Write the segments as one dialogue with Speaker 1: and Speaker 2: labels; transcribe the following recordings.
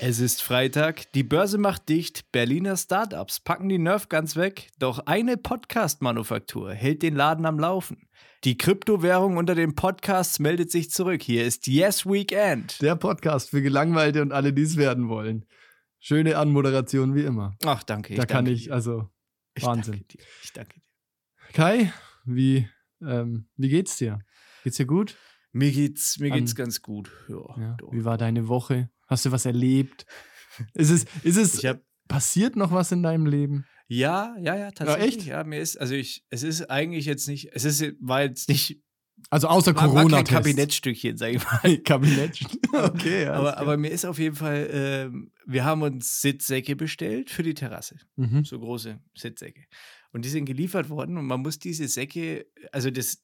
Speaker 1: Es ist Freitag, die Börse macht dicht, Berliner Startups packen die Nerf ganz weg, doch eine Podcast-Manufaktur hält den Laden am Laufen. Die Kryptowährung unter den Podcasts meldet sich zurück. Hier ist Yes Weekend.
Speaker 2: Der Podcast für Gelangweilte und alle, die es werden wollen. Schöne Anmoderation wie immer.
Speaker 1: Ach, danke.
Speaker 2: da kann
Speaker 1: danke
Speaker 2: ich,
Speaker 1: dir.
Speaker 2: also,
Speaker 1: Ich
Speaker 2: Wahnsinn.
Speaker 1: Danke dir. Ich danke dir.
Speaker 2: Kai, wie, ähm, wie geht's dir? Geht's dir gut?
Speaker 1: Mir geht's, mir
Speaker 2: An-
Speaker 1: geht's ganz gut. Ja,
Speaker 2: Ja.
Speaker 1: doch.
Speaker 2: Wie war deine Woche? Hast du was erlebt? Ist es, ist es
Speaker 1: Ich hab,
Speaker 2: passiert noch was in deinem Leben?
Speaker 1: ja, ja, ja, tatsächlich.
Speaker 2: echt?
Speaker 1: Ja, mir ist, also ich, es ist eigentlich jetzt nicht, es ist, war jetzt nicht,
Speaker 2: Also außer
Speaker 1: war, war kein
Speaker 2: Corona-Test.
Speaker 1: Kabinettstückchen, sag ich mal.
Speaker 2: Kabinett. okay, alles
Speaker 1: Aber,
Speaker 2: klar.
Speaker 1: aber mir ist auf jeden Fall, ähm, wir haben uns Sitzsäcke bestellt für die Terrasse.
Speaker 2: Mhm.
Speaker 1: So große Sitzsäcke. Und die sind geliefert worden und man muss diese Säcke, also das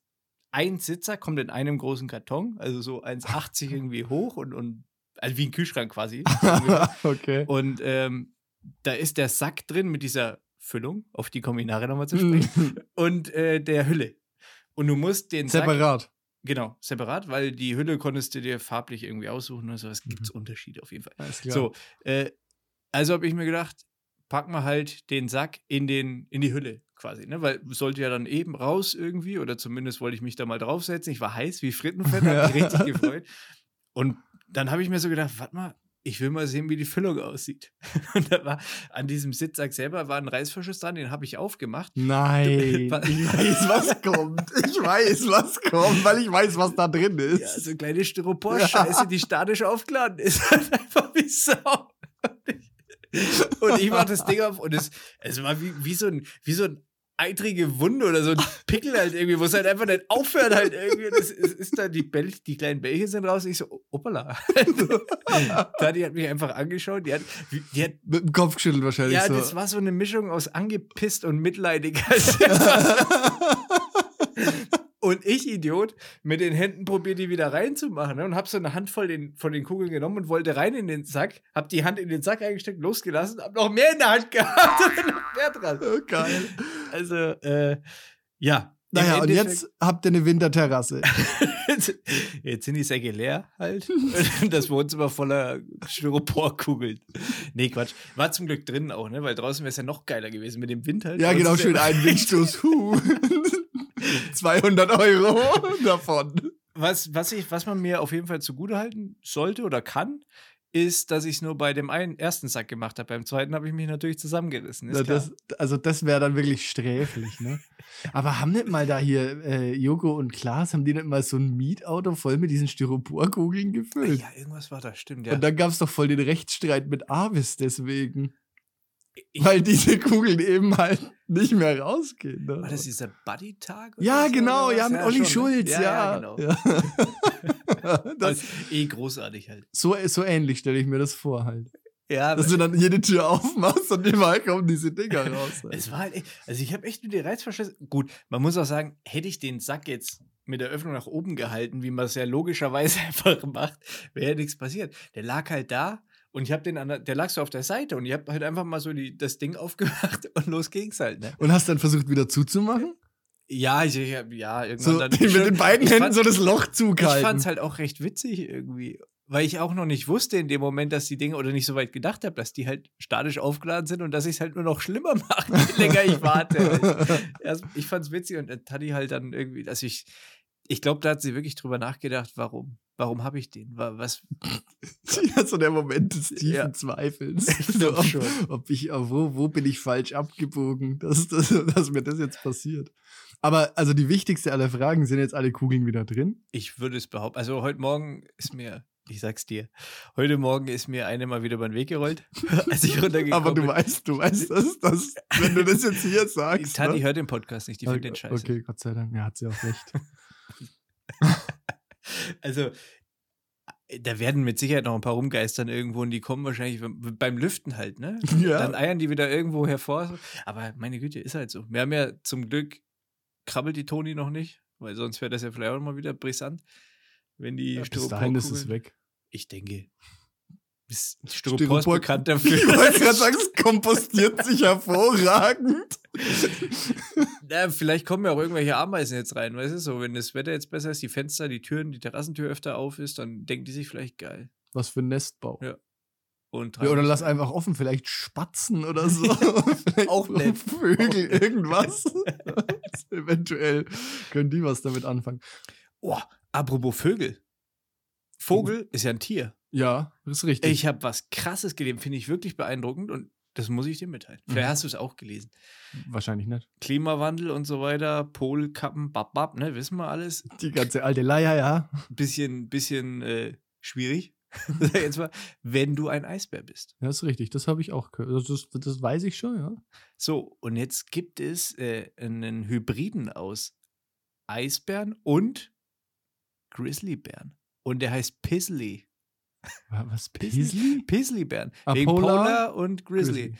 Speaker 1: ein Sitzer kommt in einem großen Karton, also so 1,80 irgendwie hoch und, und also wie ein Kühlschrank quasi.
Speaker 2: okay.
Speaker 1: und ähm, da ist der Sack drin mit dieser Füllung, auf die komme ich nachher nochmal zu sprechen,
Speaker 2: Mhm.
Speaker 1: und äh, der Hülle. Und du musst den Sack
Speaker 2: Separat.
Speaker 1: Genau, separat, weil die Hülle konntest du dir farblich irgendwie aussuchen oder sowas.
Speaker 2: Mhm.
Speaker 1: Gibt es Unterschiede auf jeden Fall.
Speaker 2: Alles klar.
Speaker 1: So, äh, also habe ich mir gedacht, pack mal halt den Sack in, den, in die Hülle quasi, ne? Weil sollte ja dann eben raus irgendwie oder zumindest wollte ich mich da mal draufsetzen. Ich war heiß wie Frittenfett, habe mich
Speaker 2: Ja.
Speaker 1: richtig gefreut. Und dann habe ich mir so gedacht, warte mal, ich will mal sehen, wie die Füllung aussieht. Und da war an diesem Sitzsack selber war ein Reißverschluss dran, den habe ich aufgemacht.
Speaker 2: Nein. Ich
Speaker 1: Was-
Speaker 2: weiß, was kommt. Ich weiß, was kommt, weil ich weiß, was da drin ist.
Speaker 1: Ja, so kleine Styropor-Scheiße, die statisch aufgeladen ist. Einfach wie Sau. Und ich mach das Ding auf und es, es war wie, wie so ein, wie so ein eitrige Wunde oder so ein Pickel halt irgendwie, wo es halt einfach nicht aufhört halt irgendwie. Und es, es ist dann die Bell, die kleinen Bällchen sind raus. Ich so, opala. Tati hat mich einfach angeschaut. Die hat, die hat
Speaker 2: Mit dem Kopf geschüttelt wahrscheinlich
Speaker 1: ja,
Speaker 2: so.
Speaker 1: das war so eine Mischung aus angepisst und mitleidig. Also, und ich, Idiot, mit den Händen probiert die wieder reinzumachen ne? und hab so eine Handvoll den, von den Kugeln genommen und wollte rein in den Sack, hab die Hand in den Sack eingesteckt, losgelassen, hab noch mehr in der Hand gehabt und dann noch mehr dran.
Speaker 2: Oh, Geil.
Speaker 1: Also, äh, ja. Im
Speaker 2: Naja, und
Speaker 1: Endeffekt-
Speaker 2: jetzt habt ihr eine Winterterrasse.
Speaker 1: jetzt sind die Säcke leer halt. Und das Wohnzimmer voller Styroporkugeln. Nee, Quatsch. War zum Glück drinnen auch, ne? Weil draußen wäre es ja noch geiler gewesen mit dem Wind halt.
Speaker 2: Ja,
Speaker 1: Draußen
Speaker 2: genau,
Speaker 1: ist
Speaker 2: schön
Speaker 1: ja-
Speaker 2: einen Windstoß. Huh. 200 Euro davon.
Speaker 1: Was, was, ich, was man mir auf jeden Fall zugutehalten sollte oder kann, ist, dass ich es nur bei dem einen ersten Sack gemacht habe. Beim zweiten habe ich mich natürlich zusammengerissen. Ist
Speaker 2: Na,
Speaker 1: klar.
Speaker 2: das, also das wäre dann wirklich sträflich, ne? Aber haben nicht mal da hier äh, Joko und Klaas, haben die nicht mal so ein Mietauto voll mit diesen Styroporkugeln gefüllt?
Speaker 1: ja, irgendwas war da, stimmt. Ja.
Speaker 2: Und dann gab es doch voll den Rechtsstreit mit Avis deswegen.
Speaker 1: Ich-
Speaker 2: weil diese Kugeln eben halt nicht mehr rausgehen. Ne?
Speaker 1: war das dieser Buddy-Tag? oder
Speaker 2: ja,
Speaker 1: so,
Speaker 2: genau,
Speaker 1: oder
Speaker 2: ja,
Speaker 1: was?
Speaker 2: mit Olli
Speaker 1: schon, ne?
Speaker 2: Schulz, ja.
Speaker 1: ja genau.
Speaker 2: Ja. das,
Speaker 1: Das ist eh großartig halt.
Speaker 2: so, so ähnlich stelle ich mir das vor halt.
Speaker 1: Ja,
Speaker 2: Dass du dann jede Tür aufmachst und überall kommen diese Dinger raus. halt.
Speaker 1: Es war halt echt, also ich habe echt nur den Reißverschluss. Gut, man muss auch sagen, hätte ich den Sack jetzt mit der Öffnung nach oben gehalten, wie man es ja logischerweise einfach macht, wäre ja nichts passiert. Der lag halt da und ich habe den an der, der lag so auf der Seite und ich habe halt einfach mal so die, das Ding aufgemacht und los ging's halt. Ne?
Speaker 2: Und hast dann versucht, wieder zuzumachen?
Speaker 1: Ja, ich, ich hab, ja, irgendwann
Speaker 2: So,
Speaker 1: dann.
Speaker 2: mit den beiden
Speaker 1: ich
Speaker 2: Händen
Speaker 1: fand-
Speaker 2: so das Loch
Speaker 1: Ich
Speaker 2: zugehalten.
Speaker 1: fand's halt auch recht witzig irgendwie. Weil ich auch noch nicht wusste in dem Moment, dass die Dinge oder nicht so weit gedacht habe, dass die halt statisch aufgeladen sind und dass ich es halt nur noch schlimmer mache, je länger ich warte. Also, ich fand's witzig und dann hat die halt dann irgendwie, dass ich, ich glaube, da hat sie wirklich drüber nachgedacht, warum, warum habe ich den? Wa- Was?
Speaker 2: ja, so der Moment des tiefen
Speaker 1: Ja.
Speaker 2: Zweifels.
Speaker 1: glaub
Speaker 2: So, ob,
Speaker 1: schon.
Speaker 2: ob ich, ob- wo, wo bin ich falsch abgebogen, dass, dass, dass mir das jetzt passiert. Aber also die wichtigste aller Fragen, sind jetzt alle Kugeln wieder drin?
Speaker 1: Ich würde es behaupten. Also heute Morgen ist mir, ich sag's dir, heute Morgen ist mir eine mal wieder über den Weg gerollt, als ich runtergekommen
Speaker 2: Aber du
Speaker 1: bin.
Speaker 2: weißt, du weißt, dass, dass wenn du das jetzt hier sagst.
Speaker 1: Tati
Speaker 2: ne?
Speaker 1: hört den Podcast nicht, die findet den scheiße.
Speaker 2: Okay, Gott sei Dank, ja, hat sie auch recht.
Speaker 1: Also, äh, da werden mit Sicherheit noch ein paar rumgeistern irgendwo und die kommen wahrscheinlich beim beim Lüften halt, ne?
Speaker 2: Ja.
Speaker 1: Dann eiern die wieder irgendwo hervor. Aber meine Güte, ist halt so. Wir haben ja zum Glück, krabbelt die Toni noch nicht, weil sonst wäre das ja vielleicht auch noch mal wieder brisant. Wenn die
Speaker 2: Ja, Bis
Speaker 1: Styropor-
Speaker 2: dahin ist es
Speaker 1: Kugeln-
Speaker 2: weg.
Speaker 1: Ich denke. Ist Styropor ist bekannt dafür.
Speaker 2: Ich wollte gerade sagen, es kompostiert sich hervorragend.
Speaker 1: Na, vielleicht kommen ja auch irgendwelche Ameisen jetzt rein, weißt du? So, wenn das Wetter jetzt besser ist, die Fenster, die Türen, die Terrassentür öfter auf ist, dann denken die sich vielleicht geil.
Speaker 2: Was für ein Nestbau.
Speaker 1: Ja. Und
Speaker 2: Ja, oder lass einfach offen, vielleicht Spatzen oder so. vielleicht
Speaker 1: Auch nett.
Speaker 2: Vögel, irgendwas. Eventuell können die was damit anfangen.
Speaker 1: oh, apropos Vögel. Vogel ist ja ein Tier.
Speaker 2: Ja, ist richtig.
Speaker 1: Ich habe was Krasses gelesen, finde ich wirklich beeindruckend und das muss ich dir mitteilen. Vielleicht
Speaker 2: Mhm.
Speaker 1: hast du es auch gelesen.
Speaker 2: Wahrscheinlich nicht.
Speaker 1: Klimawandel und so weiter, Polkappen, bab, bab, ne, wissen wir alles.
Speaker 2: Die ganze alte Leier, ja.
Speaker 1: Bisschen, bisschen äh, schwierig. Sag ich Jetzt mal, wenn du ein Eisbär bist.
Speaker 2: Ja, ist richtig. Das habe ich auch gehört. Also Das, das, das weiß ich schon, ja.
Speaker 1: So, und jetzt gibt es äh, einen Hybriden aus Eisbären und Grizzlybären. Und der heißt Pizzly.
Speaker 2: Wa- Was,
Speaker 1: Pizzly? Pizzlybären.
Speaker 2: Ah,
Speaker 1: Wegen Polar,
Speaker 2: Polar,
Speaker 1: und Grizzly.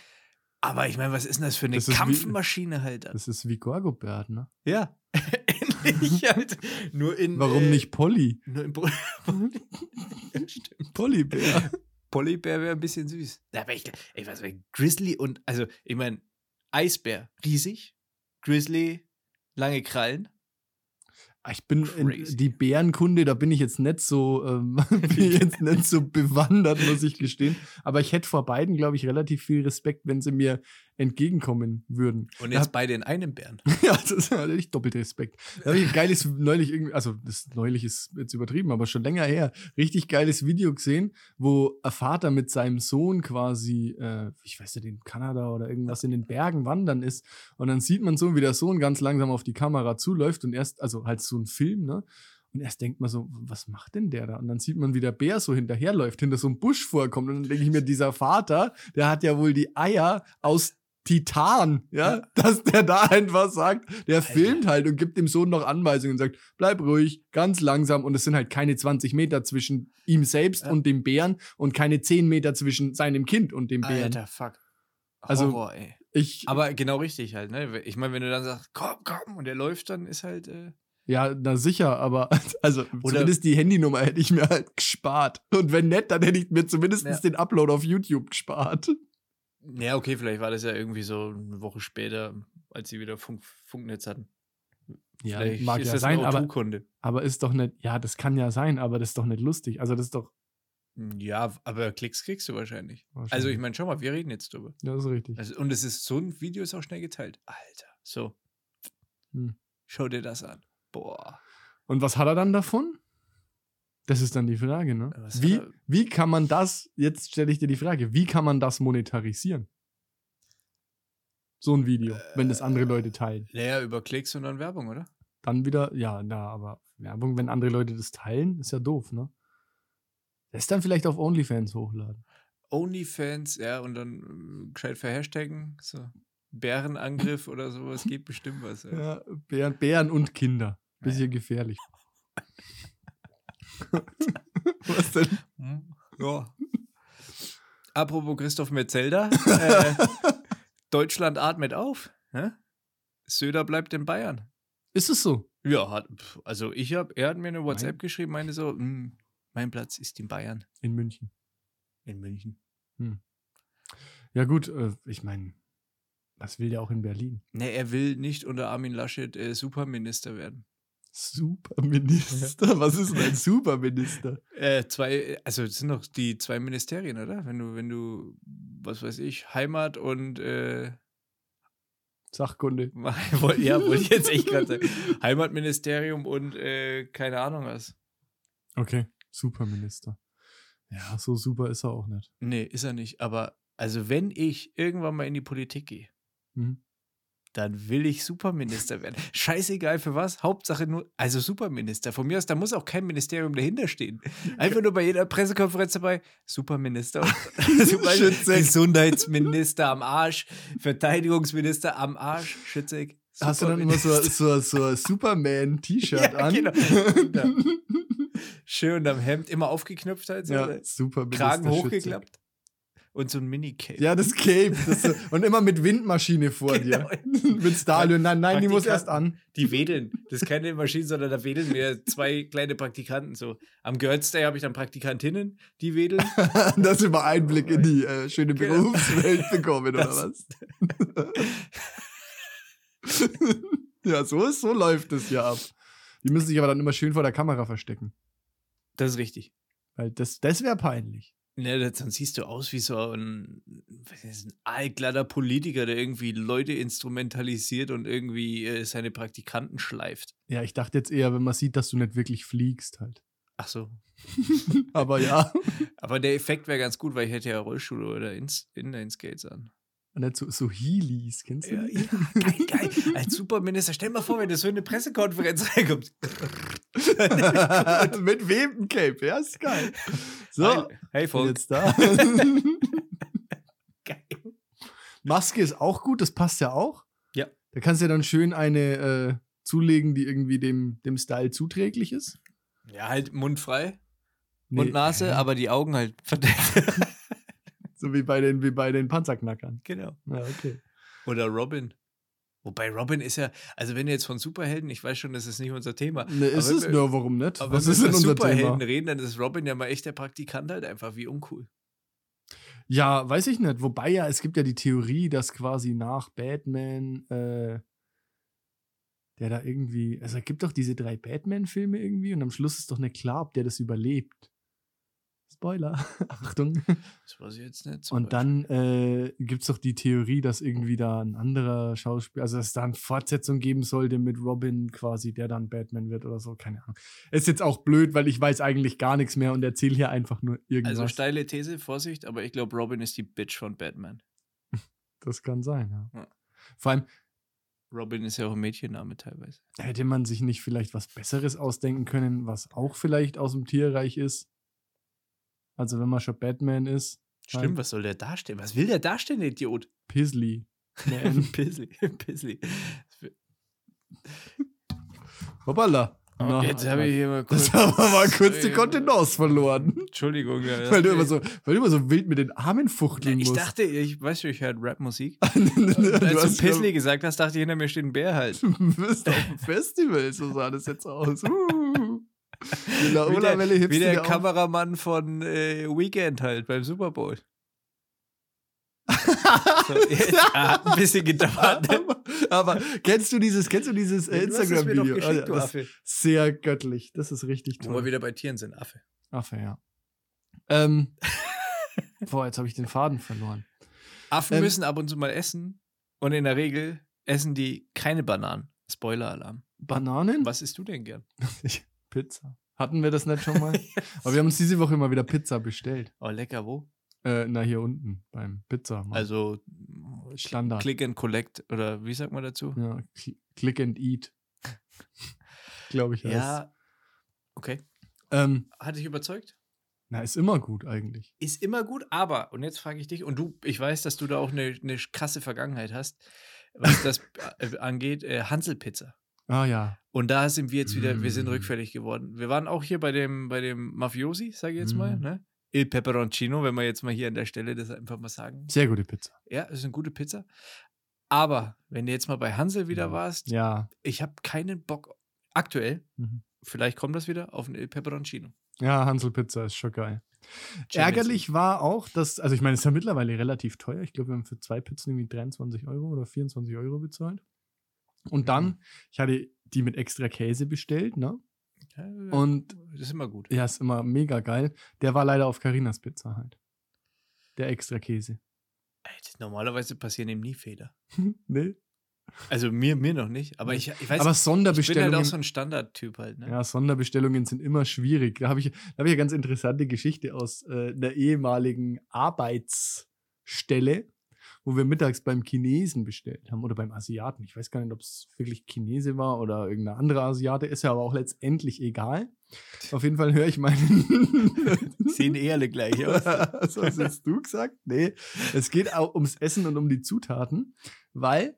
Speaker 1: Aber ich meine, was ist denn das für eine
Speaker 2: Das ist wie-
Speaker 1: Kampfmaschine halt dann?
Speaker 2: Das ist wie Gorgobert, ne?
Speaker 1: Ja. Ähnlich halt. Nur in.
Speaker 2: Warum
Speaker 1: äh,
Speaker 2: nicht Polly?
Speaker 1: Nur in Pol ja, stimmt.
Speaker 2: Pollybär.
Speaker 1: Polybär wäre ein bisschen süß. Ja, Aber ich, ich weiß nicht, Grizzly und. Also, ich meine, Eisbär, riesig. Grizzly, lange Krallen.
Speaker 2: Ah, Ich bin in
Speaker 1: Crazy.
Speaker 2: die Bärenkunde, da bin ich jetzt nicht so, ähm, bin ich jetzt nicht so bewandert, muss ich gestehen. Aber ich hätte vor beiden, glaube ich, relativ viel Respekt, wenn sie mir entgegenkommen würden.
Speaker 1: Und
Speaker 2: Ja.
Speaker 1: jetzt beide in einem Bären.
Speaker 2: Ja, das ist natürlich doppelt Respekt. Da habe ich ein geiles, neulich irgendwie, also das neulich ist jetzt übertrieben, aber schon länger her, richtig geiles Video gesehen, wo ein Vater mit seinem Sohn quasi, äh, ich weiß nicht, in Kanada oder irgendwas in den Bergen wandern ist. Und dann sieht man so, wie der Sohn ganz langsam auf die Kamera zuläuft und erst, also halt so ein Film, ne? Und erst denkt man so, was macht denn der da? Und dann sieht man, wie der Bär so hinterherläuft, hinter so einem Busch vorkommt. Und dann denke ich mir, dieser Vater, der hat ja wohl die Eier aus Titan, ja,
Speaker 1: Ja.
Speaker 2: dass der da einfach sagt, der
Speaker 1: Alter.
Speaker 2: filmt halt und gibt dem Sohn noch Anweisungen und sagt, bleib ruhig, ganz langsam. Und es sind halt keine 20 Meter zwischen ihm selbst
Speaker 1: Ja.
Speaker 2: und dem Bären und keine 10 Meter zwischen seinem Kind und dem Bären.
Speaker 1: Alter, fuck.
Speaker 2: Also-
Speaker 1: Horror, ey.
Speaker 2: Ich,
Speaker 1: Aber genau richtig halt, ne? Ich meine, wenn du dann sagst, komm, komm, und er läuft, dann ist halt. Äh,
Speaker 2: ja, na sicher, aber also
Speaker 1: Oder-
Speaker 2: zumindest die Handynummer hätte ich mir halt gespart. Und wenn nicht, dann hätte ich mir zumindest
Speaker 1: Ja.
Speaker 2: den Upload auf YouTube gespart.
Speaker 1: ja, okay, vielleicht war das ja irgendwie so eine Woche später, als sie wieder Funk, Funknetz hatten. vielleicht
Speaker 2: mag
Speaker 1: ist
Speaker 2: ja
Speaker 1: das
Speaker 2: sein,
Speaker 1: ein
Speaker 2: aber,
Speaker 1: O2-Kunde.
Speaker 2: aber ist doch nicht, ja, das kann ja sein, aber das ist doch nicht lustig. Also das ist doch.
Speaker 1: Hm, Ja, aber Klicks kriegst du wahrscheinlich. Also ich meine, schau mal, wir reden jetzt drüber.
Speaker 2: Ja, das ist richtig.
Speaker 1: Also, und es ist so ein Video ist auch schnell geteilt. Alter, so.
Speaker 2: Hm.
Speaker 1: Schau dir das an. Boah.
Speaker 2: Und was hat er dann davon? Das ist dann die Frage, ne?
Speaker 1: Was hat
Speaker 2: Wie,
Speaker 1: er-
Speaker 2: wie kann man das, jetzt stelle ich dir die Frage, wie kann man das monetarisieren? So ein Video, wenn das andere Leute teilen.
Speaker 1: Naja, über Klicks und dann Werbung, oder?
Speaker 2: Dann wieder, ja, na, aber Werbung, wenn andere Leute das teilen, ist ja doof, ne? Das dann vielleicht auf OnlyFans hochladen.
Speaker 1: Onlyfans, ja, und dann ähm, gescheit verhashtaggen. So. Bärenangriff oder sowas geht bestimmt was. ey.
Speaker 2: Ja, Bären, Bären und Kinder. Bisschen gefährlich. Was denn?
Speaker 1: Hm? Ja. Apropos Christoph Metzelder, äh, Deutschland atmet auf. Ne? Söder bleibt in Bayern.
Speaker 2: Ist es so?
Speaker 1: Ja, hat, pf, also ich habe, er hat mir eine WhatsApp
Speaker 2: Mein-
Speaker 1: geschrieben, meinte so, "Hm, mein Platz ist in Bayern,
Speaker 2: In München.
Speaker 1: in München.
Speaker 2: Ja, gut, äh, ich meine, das will der auch in Berlin.
Speaker 1: Ne, er will nicht unter Armin Laschet äh, Superminister werden.
Speaker 2: Superminister? Was ist denn ein Superminister?
Speaker 1: Äh, zwei, also das sind doch die zwei Ministerien, oder? Wenn du, wenn du, was weiß ich, Heimat und äh,
Speaker 2: Sachkunde.
Speaker 1: woll- ja, wollte ich jetzt echt gerade sagen. Heimatministerium und äh, keine Ahnung was.
Speaker 2: Okay, Superminister. Ja, so super ist er auch nicht.
Speaker 1: Nee, Ne, ist er nicht. Aber also wenn ich irgendwann mal in die Politik gehe,
Speaker 2: Mhm.
Speaker 1: dann will ich Superminister werden. Scheißegal für was, Hauptsache nur, also Superminister. Von mir aus, da muss auch kein Ministerium dahinter stehen. Einfach nur bei jeder Pressekonferenz dabei, Superminister. Zum Beispiel
Speaker 2: Schützeck.
Speaker 1: Gesundheitsminister am Arsch, Verteidigungsminister am Arsch, Schützeck.
Speaker 2: Hast du dann immer so,
Speaker 1: Superminister.
Speaker 2: so, so ein Superman-T-Shirt
Speaker 1: Ja,
Speaker 2: an?
Speaker 1: genau. Schön am Hemd, immer aufgeknüpft halt so. ne?
Speaker 2: ja, Superminister.
Speaker 1: Kragen
Speaker 2: Schütze.
Speaker 1: hochgeklappt. und so ein Minicape.
Speaker 2: Ja, das Cape. Das, so- und immer mit Windmaschine vor
Speaker 1: Genau.
Speaker 2: dir. mit Stalin. Nein, nein, die muss erst an.
Speaker 1: Die wedeln. Das ist keine Maschine, sondern da wedeln wir zwei kleine Praktikanten so. Am Girls Day habe ich dann Praktikantinnen, die wedeln.
Speaker 2: Dass wir mal Einblick in die äh, schöne
Speaker 1: Genau.
Speaker 2: Berufswelt bekommen, oder
Speaker 1: Das-
Speaker 2: was? ja, so, ist, so läuft es ja ab. Die müssen sich aber dann immer schön vor der Kamera verstecken.
Speaker 1: Das ist richtig.
Speaker 2: Weil das, das wäre peinlich.
Speaker 1: Ne, das- dann siehst du aus wie so ein, was ist, ein allglatter Politiker, der irgendwie Leute instrumentalisiert und irgendwie äh, seine Praktikanten schleift.
Speaker 2: Ja, ich dachte jetzt eher, wenn man sieht, dass du nicht wirklich fliegst halt.
Speaker 1: Ach so.
Speaker 2: Aber ja,
Speaker 1: Aber der Effekt wäre ganz gut, weil ich hätte ja Rollschuhe oder Ins- Inline-Skates an.
Speaker 2: nicht so, so Heelys, kennst du die?
Speaker 1: geil, geil. Als Superminister, stell mal vor, wenn das so in eine Pressekonferenz reinkommt.
Speaker 2: Mit Webencape, ja, ist geil. So,
Speaker 1: Hi, hey,
Speaker 2: bin
Speaker 1: Volk.
Speaker 2: jetzt da.
Speaker 1: Geil.
Speaker 2: Maske ist auch gut, das passt ja auch.
Speaker 1: Ja.
Speaker 2: Da kannst du ja dann schön eine äh, zulegen, die irgendwie dem, dem Style zuträglich ist.
Speaker 1: Ja, halt mundfrei.
Speaker 2: Nee, Mhm.
Speaker 1: und Nase,
Speaker 2: hä?
Speaker 1: aber die Augen halt verdeckt.
Speaker 2: So wie bei den, wie bei den Panzerknackern.
Speaker 1: genau.
Speaker 2: Ja, okay.
Speaker 1: Oder Robin. Wobei Robin ist ja, also wenn du jetzt von Superhelden, ich weiß schon, das ist nicht unser Thema.
Speaker 2: Ne, ist
Speaker 1: Aber
Speaker 2: es
Speaker 1: wenn wir-
Speaker 2: nur, warum nicht?
Speaker 1: Aber
Speaker 2: Was
Speaker 1: wenn
Speaker 2: ist
Speaker 1: wir
Speaker 2: denn
Speaker 1: über
Speaker 2: unser
Speaker 1: Superhelden
Speaker 2: Thema?
Speaker 1: reden, dann ist Robin ja mal echt der Praktikant halt einfach, wie uncool.
Speaker 2: Ja, weiß ich nicht. Wobei ja, es gibt ja die Theorie, dass quasi nach Batman, äh, der da irgendwie, also es gibt doch diese drei Batman-Filme irgendwie und am Schluss ist doch nicht klar, ob der das überlebt. Spoiler, Achtung.
Speaker 1: Das weiß ich jetzt nicht. zum
Speaker 2: Und dann äh, gibt es doch die Theorie, dass irgendwie da ein anderer Schauspieler, also dass es da eine Fortsetzung geben sollte mit Robin quasi, der dann Batman wird oder so, keine Ahnung. Ist jetzt auch blöd, weil ich weiß eigentlich gar nichts mehr und erzähle hier einfach nur
Speaker 1: Beispiel.
Speaker 2: irgendwas.
Speaker 1: Also steile These, Vorsicht, aber ich glaube, Robin ist die Bitch von Batman.
Speaker 2: das kann sein, ja.
Speaker 1: Ja.
Speaker 2: Vor allem,
Speaker 1: Robin ist ja auch ein Mädchenname teilweise.
Speaker 2: Da Hätte man sich nicht vielleicht was Besseres ausdenken können, was auch vielleicht aus dem Tierreich ist? Also wenn man schon Batman ist,
Speaker 1: Stimmt, was soll der darstellen? Was will der darstellen, der Idiot?
Speaker 2: Pisley. Man.
Speaker 1: Pizzly, Pizzly.
Speaker 2: Hoppala. Na,
Speaker 1: jetzt habe ich hier mal kurz.
Speaker 2: Oh, das haben wir mal kurz die
Speaker 1: Äh,
Speaker 2: Kontenance verloren.
Speaker 1: Entschuldigung. ja, das-
Speaker 2: Weil du, immer so, weil du immer so wild mit den Armen fuchteln
Speaker 1: ich
Speaker 2: musst.
Speaker 1: dachte, ich weiß schon, ich höre Rap-Musik.
Speaker 2: du
Speaker 1: Als
Speaker 2: hast
Speaker 1: du Pizzly gesagt hast, dachte ich, hinter mir steht ein Bär halt.
Speaker 2: Du bist auf dem Festival, so sah das jetzt aus. Uh. Die
Speaker 1: Wie der-
Speaker 2: Laola-Welle hebst
Speaker 1: Wie
Speaker 2: du
Speaker 1: der
Speaker 2: dir auf.
Speaker 1: Kameramann von äh, Weekend halt beim Super Bowl. So, jetzt, ah, ein bisschen gedauert. ne?
Speaker 2: aber, aber kennst du dieses, kennst du dieses äh,
Speaker 1: Du hast es mir doch
Speaker 2: Instagram-Video?
Speaker 1: geschickt, du
Speaker 2: Das-
Speaker 1: Affe.
Speaker 2: Sehr göttlich. Das ist richtig
Speaker 1: Wo wir
Speaker 2: toll.
Speaker 1: wieder bei Tieren sind, Affe.
Speaker 2: Affe, ja. Ähm, boah, jetzt habe ich den Faden verloren.
Speaker 1: Affen
Speaker 2: Ähm,
Speaker 1: müssen ab und zu mal essen und in der Regel essen die keine Bananen. Spoiler-Alarm.
Speaker 2: Bananen?
Speaker 1: Was isst du denn gern?
Speaker 2: Pizza. Hatten wir das nicht schon mal? Aber wir haben uns diese Woche immer wieder Pizza bestellt.
Speaker 1: Oh, lecker, wo?
Speaker 2: Äh, na, hier unten beim Pizza.
Speaker 1: Also
Speaker 2: Standard.
Speaker 1: Click and Collect oder wie sagt man dazu?
Speaker 2: ja, cl- click and eat. Glaube ich. heißt's.
Speaker 1: Okay.
Speaker 2: Ähm,
Speaker 1: Hat dich überzeugt?
Speaker 2: na, ist immer gut eigentlich.
Speaker 1: Ist immer gut, aber, und jetzt frage ich dich, und du, ich weiß, dass du da auch eine, eine krasse Vergangenheit hast, was das äh, angeht, äh, Hanselpizza.
Speaker 2: Ah ja.
Speaker 1: Und da sind wir jetzt wieder, wir sind
Speaker 2: Mm.
Speaker 1: rückfällig geworden. Wir waren auch hier bei dem, bei dem Mafiosi, sage ich jetzt mal,
Speaker 2: Mm.
Speaker 1: ne? Il Peperoncino, wenn wir jetzt mal hier an der Stelle das einfach mal sagen.
Speaker 2: Sehr gute Pizza.
Speaker 1: Ja, ist eine gute Pizza. Aber wenn du jetzt mal bei Hansel wieder
Speaker 2: Ja.
Speaker 1: warst,
Speaker 2: Ja.
Speaker 1: ich habe keinen Bock aktuell,
Speaker 2: Mhm.
Speaker 1: vielleicht kommt das wieder, auf ein Il Peperoncino.
Speaker 2: Ja, Hansel Pizza ist schon geil.
Speaker 1: Champions
Speaker 2: Ärgerlich war auch, dass, also ich meine, es ist ja mittlerweile relativ teuer. Ich glaube, wir haben für zwei Pizzen irgendwie 23 Euro oder 24 Euro bezahlt.
Speaker 1: Mhm.
Speaker 2: Und dann, ich hatte die mit extra Käse bestellt, ne?
Speaker 1: League. Ja, ja,
Speaker 2: Und
Speaker 1: das ist immer gut.
Speaker 2: ja, ist immer mega geil. Der war leider auf Carinas Pizza halt. Der extra Käse.
Speaker 1: Ey, das- Normalerweise passieren ihm nie Fehler.
Speaker 2: ne?
Speaker 1: Also mir, mir noch nicht, aber ich, ich weiß,
Speaker 2: Aber
Speaker 1: ich bin halt
Speaker 2: Sonderbestellungen.
Speaker 1: auch so ein Standardtyp halt. Ne?
Speaker 2: Ja, Sonderbestellungen sind immer schwierig. Da habe ich, da hab ich eine ganz interessante Geschichte aus äh, einer ehemaligen Arbeitsstelle, wo wir mittags beim Chinesen bestellt haben oder beim Asiaten. Ich weiß gar nicht, ob es wirklich Chinese war oder irgendeine andere Asiate. Ist ja aber auch letztendlich egal. Auf jeden Fall höre ich meinen.
Speaker 1: Sehen eh alle gleich aus.
Speaker 2: Was hast jetzt du gesagt? Nee, es geht auch ums Essen und um die Zutaten, weil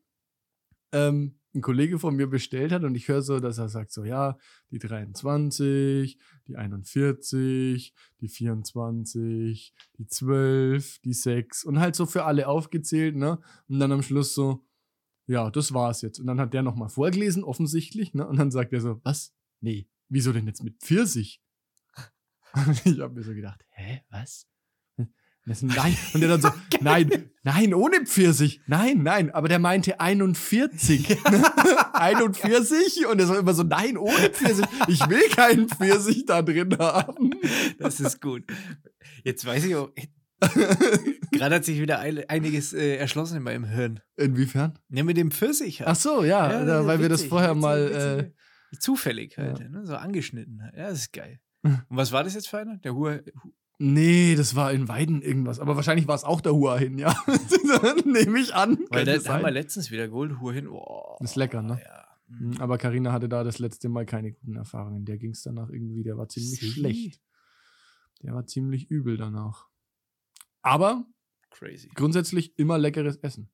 Speaker 2: ähm, ein Kollege von mir bestellt hat und ich höre so, dass er sagt so, ja, die 23, die 41, die 24, die 12, die 6 und halt so für alle aufgezählt, ne? Und dann am Schluss so, ja, das war's jetzt. Und dann hat der nochmal vorgelesen, offensichtlich, ne? Und dann sagt er so, was? Nee, wieso denn jetzt mit Pfirsich? Und ich habe mir so gedacht, hä, was? Das ist ein nein. Und der dann so, nein, nein, ohne Pfirsich. Nein, nein. Aber der meinte 41. 41? Und er so immer so, nein, ohne Pfirsich. Ich will keinen Pfirsich da drin haben.
Speaker 1: Das ist gut. Jetzt weiß ich auch, gerade hat sich wieder ein- einiges äh, erschlossen in meinem Hirn.
Speaker 2: Inwiefern?
Speaker 1: Ja, mit dem Pfirsich halt.
Speaker 2: Ach so, ja, da- weil wir das
Speaker 1: witzig,
Speaker 2: vorher
Speaker 1: witzig,
Speaker 2: mal. äh,
Speaker 1: witzig. Zufällig halt,
Speaker 2: ja.
Speaker 1: ne? so angeschnitten. halt. Ja, das ist geil. Und was war das jetzt für einer? Der Hua.
Speaker 2: Nee, das war in Weiden irgendwas. Aber wahrscheinlich war es auch der Hua hin, ja. Nehme ich an.
Speaker 1: Weil
Speaker 2: Könnte
Speaker 1: das
Speaker 2: sein.
Speaker 1: haben wir letztens wieder geholt. Hua hin. Oh,
Speaker 2: Ist lecker, ne?
Speaker 1: Ja. hm,
Speaker 2: Mhm, Aber Karina hatte da das letzte Mal keine guten Erfahrungen. Der ging es danach irgendwie, der war ziemlich
Speaker 1: Sie?
Speaker 2: schlecht. Der war ziemlich übel danach. Aber
Speaker 1: Crazy.
Speaker 2: grundsätzlich immer leckeres Essen.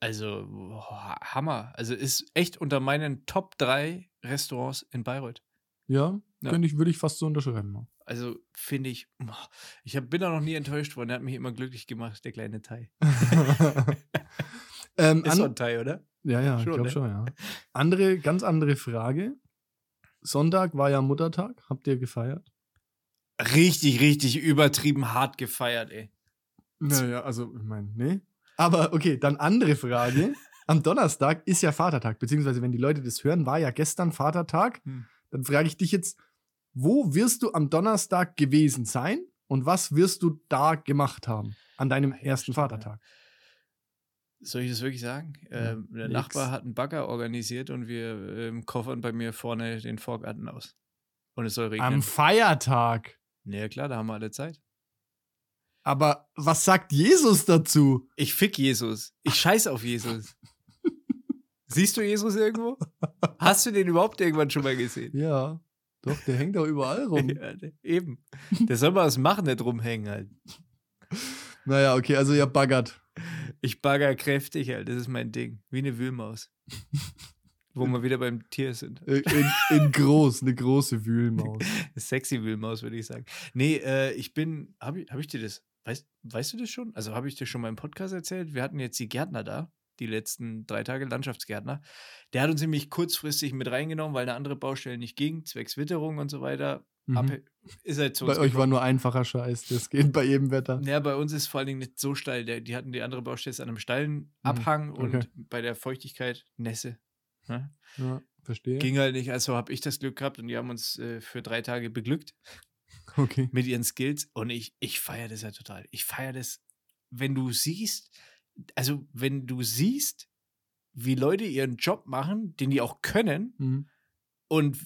Speaker 1: Also, boah, Hammer. Also ist echt unter meinen Top 3 Restaurants in Bayreuth.
Speaker 2: Ja,
Speaker 1: Ja.
Speaker 2: Könnte ich, würde ich fast so unterschreiben. ja.
Speaker 1: Also finde ich, boah, ich hab, bin da noch nie enttäuscht worden. Der hat mich immer glücklich gemacht, der kleine Thai.
Speaker 2: ähm,
Speaker 1: Ist so
Speaker 2: an,
Speaker 1: ein Thai, oder?
Speaker 2: ja, ja, ich
Speaker 1: schon,
Speaker 2: glaube
Speaker 1: ne?
Speaker 2: schon, ja. Andere, ganz andere Frage. Sonntag war ja Muttertag. Habt ihr gefeiert?
Speaker 1: Richtig, richtig übertrieben hart gefeiert, ey.
Speaker 2: Naja, also, ich meine, nee. Aber okay, dann andere Frage. Am Donnerstag ist ja Vatertag, beziehungsweise wenn die Leute das hören, war ja gestern Vatertag.
Speaker 1: Hm.
Speaker 2: Dann frage ich dich jetzt, wo wirst du am Donnerstag gewesen sein und was wirst du da gemacht haben an deinem
Speaker 1: Ah ja,
Speaker 2: ersten
Speaker 1: stimmt, ja.
Speaker 2: Vatertag?
Speaker 1: Soll ich das wirklich sagen?
Speaker 2: Ja,
Speaker 1: ähm, der
Speaker 2: nix.
Speaker 1: Nachbar hat einen Bagger organisiert und wir ähm, koffern bei mir vorne den Forgarten aus. Und es soll regnen.
Speaker 2: Am Feiertag.
Speaker 1: Na ja, klar, da haben wir alle Zeit.
Speaker 2: Aber was sagt Jesus dazu?
Speaker 1: Ich fick Jesus. Ich scheiß auf Jesus. Siehst du Jesus irgendwo? Hast du den überhaupt irgendwann schon mal gesehen?
Speaker 2: Ja, doch, der hängt doch überall rum.
Speaker 1: Ja, ne, eben. Der soll mal was machen, nicht rumhängen halt.
Speaker 2: naja, okay, also ihr baggert.
Speaker 1: Ich bagger kräftig halt, das ist mein Ding. Wie eine Wühlmaus. Wo wir wieder beim Tier sind.
Speaker 2: In, in, Äh, in groß, eine große Wühlmaus.
Speaker 1: Sexy Wühlmaus, würde ich sagen. Nee, äh, ich bin, habe ich, hab ich dir das, weißt, weißt du das schon? Also habe ich dir schon mal im Podcast erzählt? Wir hatten jetzt die Gärtner da, die letzten drei Tage, Landschaftsgärtner. Der hat uns nämlich kurzfristig mit reingenommen, weil eine andere Baustelle nicht ging, zwecks Witterung und so weiter.
Speaker 2: Mhm.
Speaker 1: Abhe- Ist halt zu uns
Speaker 2: Bei euch war
Speaker 1: gekommen.
Speaker 2: nur einfacher Scheiß, das geht bei jedem Wetter.
Speaker 1: ja, bei uns ist vor allen Dingen nicht so steil. Der, die hatten die andere Baustelle ist an einem steilen Abhang
Speaker 2: Mhm. okay.
Speaker 1: und bei der Feuchtigkeit Nässe. Ne?
Speaker 2: Ja, verstehe.
Speaker 1: Ging halt nicht, also habe ich das Glück gehabt und die haben uns äh, für drei Tage beglückt.
Speaker 2: okay.
Speaker 1: mit ihren Skills und ich, ich feiere das ja total. Ich feiere das, wenn du siehst, also wenn du siehst, wie Leute ihren Job machen, den die auch können
Speaker 2: Mhm.
Speaker 1: und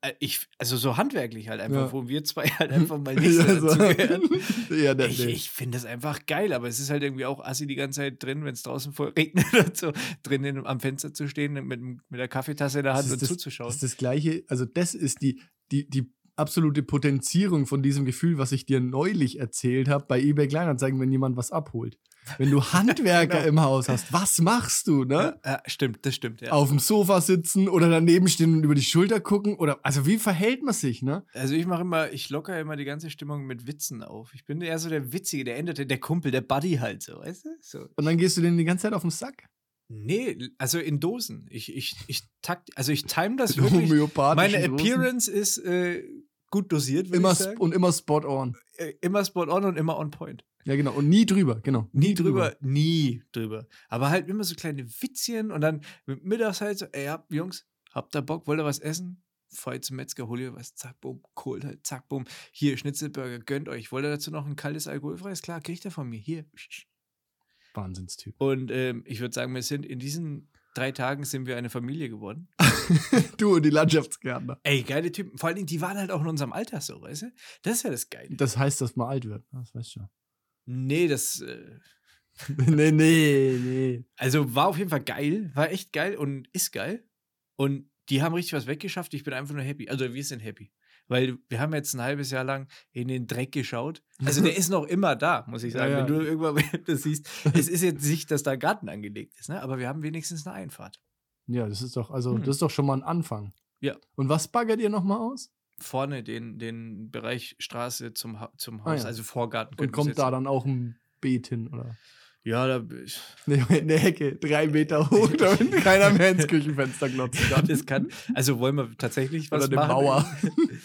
Speaker 1: äh, ich, also so handwerklich halt einfach,
Speaker 2: Ja.
Speaker 1: wo wir zwei halt einfach mal nicht so dazugehören.
Speaker 2: Also ja, der,
Speaker 1: Ich, ich finde das einfach geil, aber es ist halt irgendwie auch assi die ganze Zeit drin, wenn es draußen voll regnet und so, drinnen am Fenster zu stehen und mit, dem- mit der Kaffeetasse in der
Speaker 2: Das
Speaker 1: Hand
Speaker 2: ist
Speaker 1: und
Speaker 2: das-
Speaker 1: zuzuschauen.
Speaker 2: Das ist das Gleiche, also das ist die, die, die absolute Potenzierung von diesem Gefühl, was ich dir neulich erzählt habe, bei eBay Kleinanzeigen, wenn jemand was abholt. Wenn du Handwerker im Haus hast, was machst du, ne?
Speaker 1: Genau. ja, ja, stimmt, das stimmt. Ja.
Speaker 2: Auf dem Sofa sitzen oder daneben stehen und über die Schulter gucken oder, also wie verhält man sich, ne?
Speaker 1: Also ich mache immer, ich locker immer die ganze Stimmung mit Witzen auf. Ich bin eher so der Witzige, der änderte, der Kumpel, der Buddy halt so, weißt du? So.
Speaker 2: Und dann gehst du denen die ganze Zeit auf den Sack.
Speaker 1: Nee, also in Dosen. Ich, ich, ich takt, also ich time das
Speaker 2: Mit
Speaker 1: wirklich.
Speaker 2: homöopathischen
Speaker 1: Meine
Speaker 2: Dosen.
Speaker 1: Appearance ist äh, gut dosiert, würde
Speaker 2: Immer
Speaker 1: ich
Speaker 2: sp-
Speaker 1: sagen.
Speaker 2: und immer spot on.
Speaker 1: Äh, immer spot on und immer on point.
Speaker 2: Ja, genau. Und nie drüber, genau.
Speaker 1: Nie drüber, nie drüber. Aber halt immer so kleine Witzchen und dann mit mittags halt so, ey, hab, Jungs, habt ihr Bock, wollt ihr was essen? Fahr jetzt zum Metzger, hol ihr was, zack, bumm, Kohl halt, zack, bumm. Hier, Schnitzelburger, gönnt euch. Wollt ihr dazu noch ein kaltes alkoholfreies? Klar, kriegt ihr von mir, hier.
Speaker 2: Wahnsinnstyp.
Speaker 1: Und ähm, ich würde sagen, wir sind in diesen drei Tagen sind wir eine Familie geworden.
Speaker 2: Du und die Landschaftsgärtner.
Speaker 1: Ey, geile Typen. Vor allen Dingen, die waren halt auch in unserem Alter so, weißt du? Das ist ja das Geile.
Speaker 2: Das heißt, dass man alt wird. Das weißt du
Speaker 1: nee, das... Äh,
Speaker 2: schon. nee, nee, nee.
Speaker 1: Also war auf jeden Fall geil, war echt geil und ist geil. Und die haben richtig was weggeschafft. Ich bin einfach nur happy. Also wir sind happy. Weil wir haben jetzt ein halbes Jahr lang in den Dreck geschaut. Also der ist noch immer da, muss ich
Speaker 2: Ja,
Speaker 1: sagen.
Speaker 2: ja.
Speaker 1: Wenn du irgendwann das siehst, es ist jetzt nicht, dass da Garten angelegt ist, ne? aber wir haben wenigstens eine Einfahrt.
Speaker 2: Ja, das ist doch, also
Speaker 1: Hm.
Speaker 2: das ist doch schon mal ein Anfang.
Speaker 1: Ja.
Speaker 2: Und was baggert ihr nochmal aus?
Speaker 1: Vorne den, den Bereich Straße zum, Ha- zum
Speaker 2: Ah,
Speaker 1: Haus,
Speaker 2: ja.
Speaker 1: also Vorgarten.
Speaker 2: Und
Speaker 1: könnten wir
Speaker 2: kommt
Speaker 1: jetzt-
Speaker 2: da dann auch ein Beet hin, oder?
Speaker 1: Ja, da, ich-
Speaker 2: Nee, in der Hecke, drei Meter hoch, damit keiner mehr ins Küchenfenster glotzen kann.
Speaker 1: das kann. Also wollen wir tatsächlich was
Speaker 2: Oder eine
Speaker 1: machen?
Speaker 2: Mauer.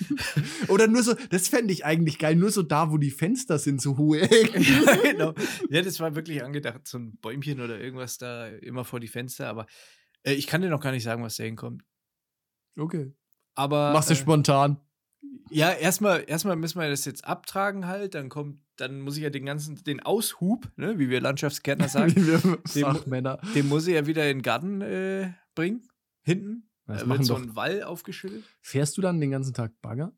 Speaker 2: Oder nur so, das fände ich eigentlich geil, nur so da, wo die Fenster sind, so hohe Ecken.
Speaker 1: ja, genau. Ja, das war wirklich angedacht, so ein Bäumchen oder irgendwas da immer vor die Fenster, aber äh, ich kann dir noch gar nicht sagen, was da hinkommt.
Speaker 2: Okay.
Speaker 1: Aber
Speaker 2: Machst du
Speaker 1: äh,
Speaker 2: spontan.
Speaker 1: ja, erstmal erstmal müssen wir das jetzt abtragen halt, dann kommt dann muss ich ja den ganzen den Aushub, ne, wie wir Landschaftsgärtner sagen,
Speaker 2: Wie wir Fachmänner.
Speaker 1: den muss ich ja wieder in den Garten äh, bringen, hinten.
Speaker 2: Das
Speaker 1: Da
Speaker 2: machen
Speaker 1: wird so
Speaker 2: doch-
Speaker 1: ein Wall aufgeschüttet.
Speaker 2: Fährst du dann den ganzen Tag Bagger?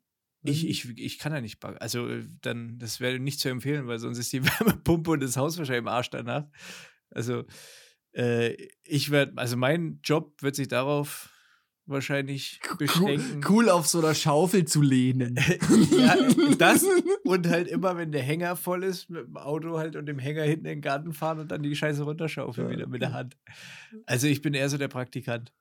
Speaker 1: Ich, ich, ich kann ja nicht backen. Also, äh, dann, das wäre nicht zu empfehlen, weil sonst ist die Wärmepumpe und das Haus wahrscheinlich im Arsch danach. Also, äh, ich werde, also mein Job wird sich darauf wahrscheinlich beschränken.
Speaker 2: Cool, cool auf so einer Schaufel zu lehnen.
Speaker 1: Ja, das und halt immer, wenn der Hänger voll ist, mit dem Auto halt und dem Hänger hinten in den Garten fahren und dann die Scheiße runterschaufeln
Speaker 2: Ja.
Speaker 1: wieder mit der Hand. Also, ich bin eher so der Praktikant.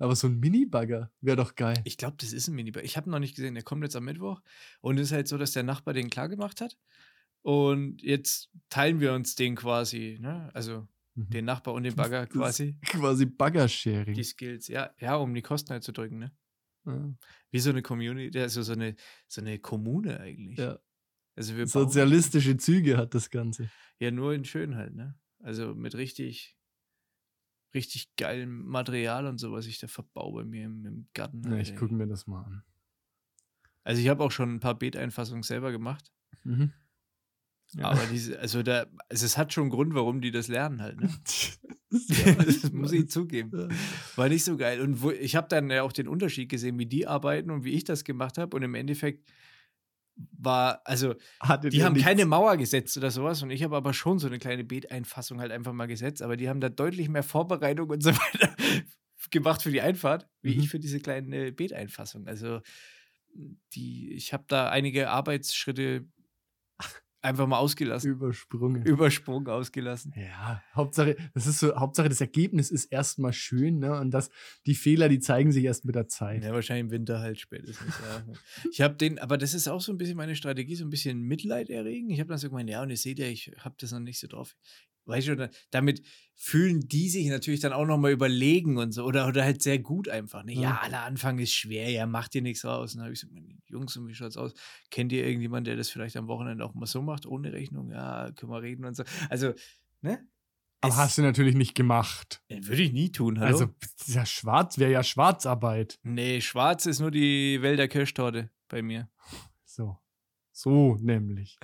Speaker 2: Aber so ein Mini-Bagger wäre doch geil.
Speaker 1: Ich glaube, das ist ein Minibar. Ich habe noch nicht gesehen. Der kommt jetzt am Mittwoch. Und es ist halt so, dass der Nachbar den klar gemacht hat. Und jetzt teilen wir uns den quasi. Ne? Also
Speaker 2: Mhm.
Speaker 1: den Nachbar und den Bagger
Speaker 2: Das-
Speaker 1: quasi.
Speaker 2: Quasi
Speaker 1: Die
Speaker 2: Baggersharing.
Speaker 1: Skills. Ja, ja, um die Kosten halt zu drücken. Ne?
Speaker 2: Ja.
Speaker 1: Wie so eine Community, also so eine, so eine Kommune eigentlich.
Speaker 2: Ja.
Speaker 1: Also wir bauen
Speaker 2: Sozialistische Züge hat das Ganze.
Speaker 1: ja nur in Schönheit. Ne? Also mit richtig, richtig geilem Material und so, was ich da verbaue bei mir im, im Garten.
Speaker 2: Ja, ich
Speaker 1: Alter.
Speaker 2: gucke mir das mal an.
Speaker 1: Also ich habe auch schon ein paar Beeteinfassungen selber gemacht.
Speaker 2: Mhm. Ja.
Speaker 1: Aber diese, also da, also es hat schon einen Grund, warum die das lernen halt. Ne? das muss ich zugeben.
Speaker 2: Ja.
Speaker 1: War nicht so geil. Und wo, ich habe dann ja auch den Unterschied gesehen, wie die arbeiten und wie ich das gemacht habe. Und im Endeffekt war, also
Speaker 2: Hatte
Speaker 1: die
Speaker 2: der
Speaker 1: haben
Speaker 2: nichts?
Speaker 1: keine Mauer gesetzt oder sowas. Und ich habe aber schon so eine kleine Beeteinfassung halt einfach mal gesetzt. Aber die haben da deutlich mehr Vorbereitung und so weiter gemacht für die Einfahrt, wie
Speaker 2: Mhm.
Speaker 1: ich für diese kleine Beeteinfassung. Also die, ich habe da einige Arbeitsschritte einfach mal ausgelassen.
Speaker 2: übersprungen.
Speaker 1: Übersprung ausgelassen.
Speaker 2: Ja, Hauptsache, das ist so, Hauptsache das Ergebnis ist erstmal schön, ne? Und das, die Fehler, die zeigen sich erst mit der Zeit.
Speaker 1: Ja, wahrscheinlich im Winter halt spätestens. Ja. Ich habe den, aber das ist auch so ein bisschen meine Strategie, so ein bisschen Mitleid erregen. Ich habe dann so gemeint, ja, und ihr seht ja, ich habe das noch nicht so drauf. Weißt du, und dann- damit fühlen die sich natürlich dann auch nochmal überlegen und so oder, oder halt sehr gut einfach. Ne?
Speaker 2: Mhm.
Speaker 1: Ja, aller Anfang ist schwer, ja, macht dir nichts raus. Und dann habe ich so, gemeint, Jungs, und wie schaut's aus? Kennt ihr irgendjemanden, der das vielleicht am Wochenende auch mal so macht, ohne Rechnung? Ja, können wir reden und so. Also, ne?
Speaker 2: Aber
Speaker 1: Es-
Speaker 2: hast du natürlich nicht gemacht.
Speaker 1: würde ich nie tun, hallo?
Speaker 2: Also, das ist ja schwarz wäre ja Schwarzarbeit.
Speaker 1: Nee, schwarz ist nur die Wälder Kirschtorte bei mir.
Speaker 2: So. So nämlich.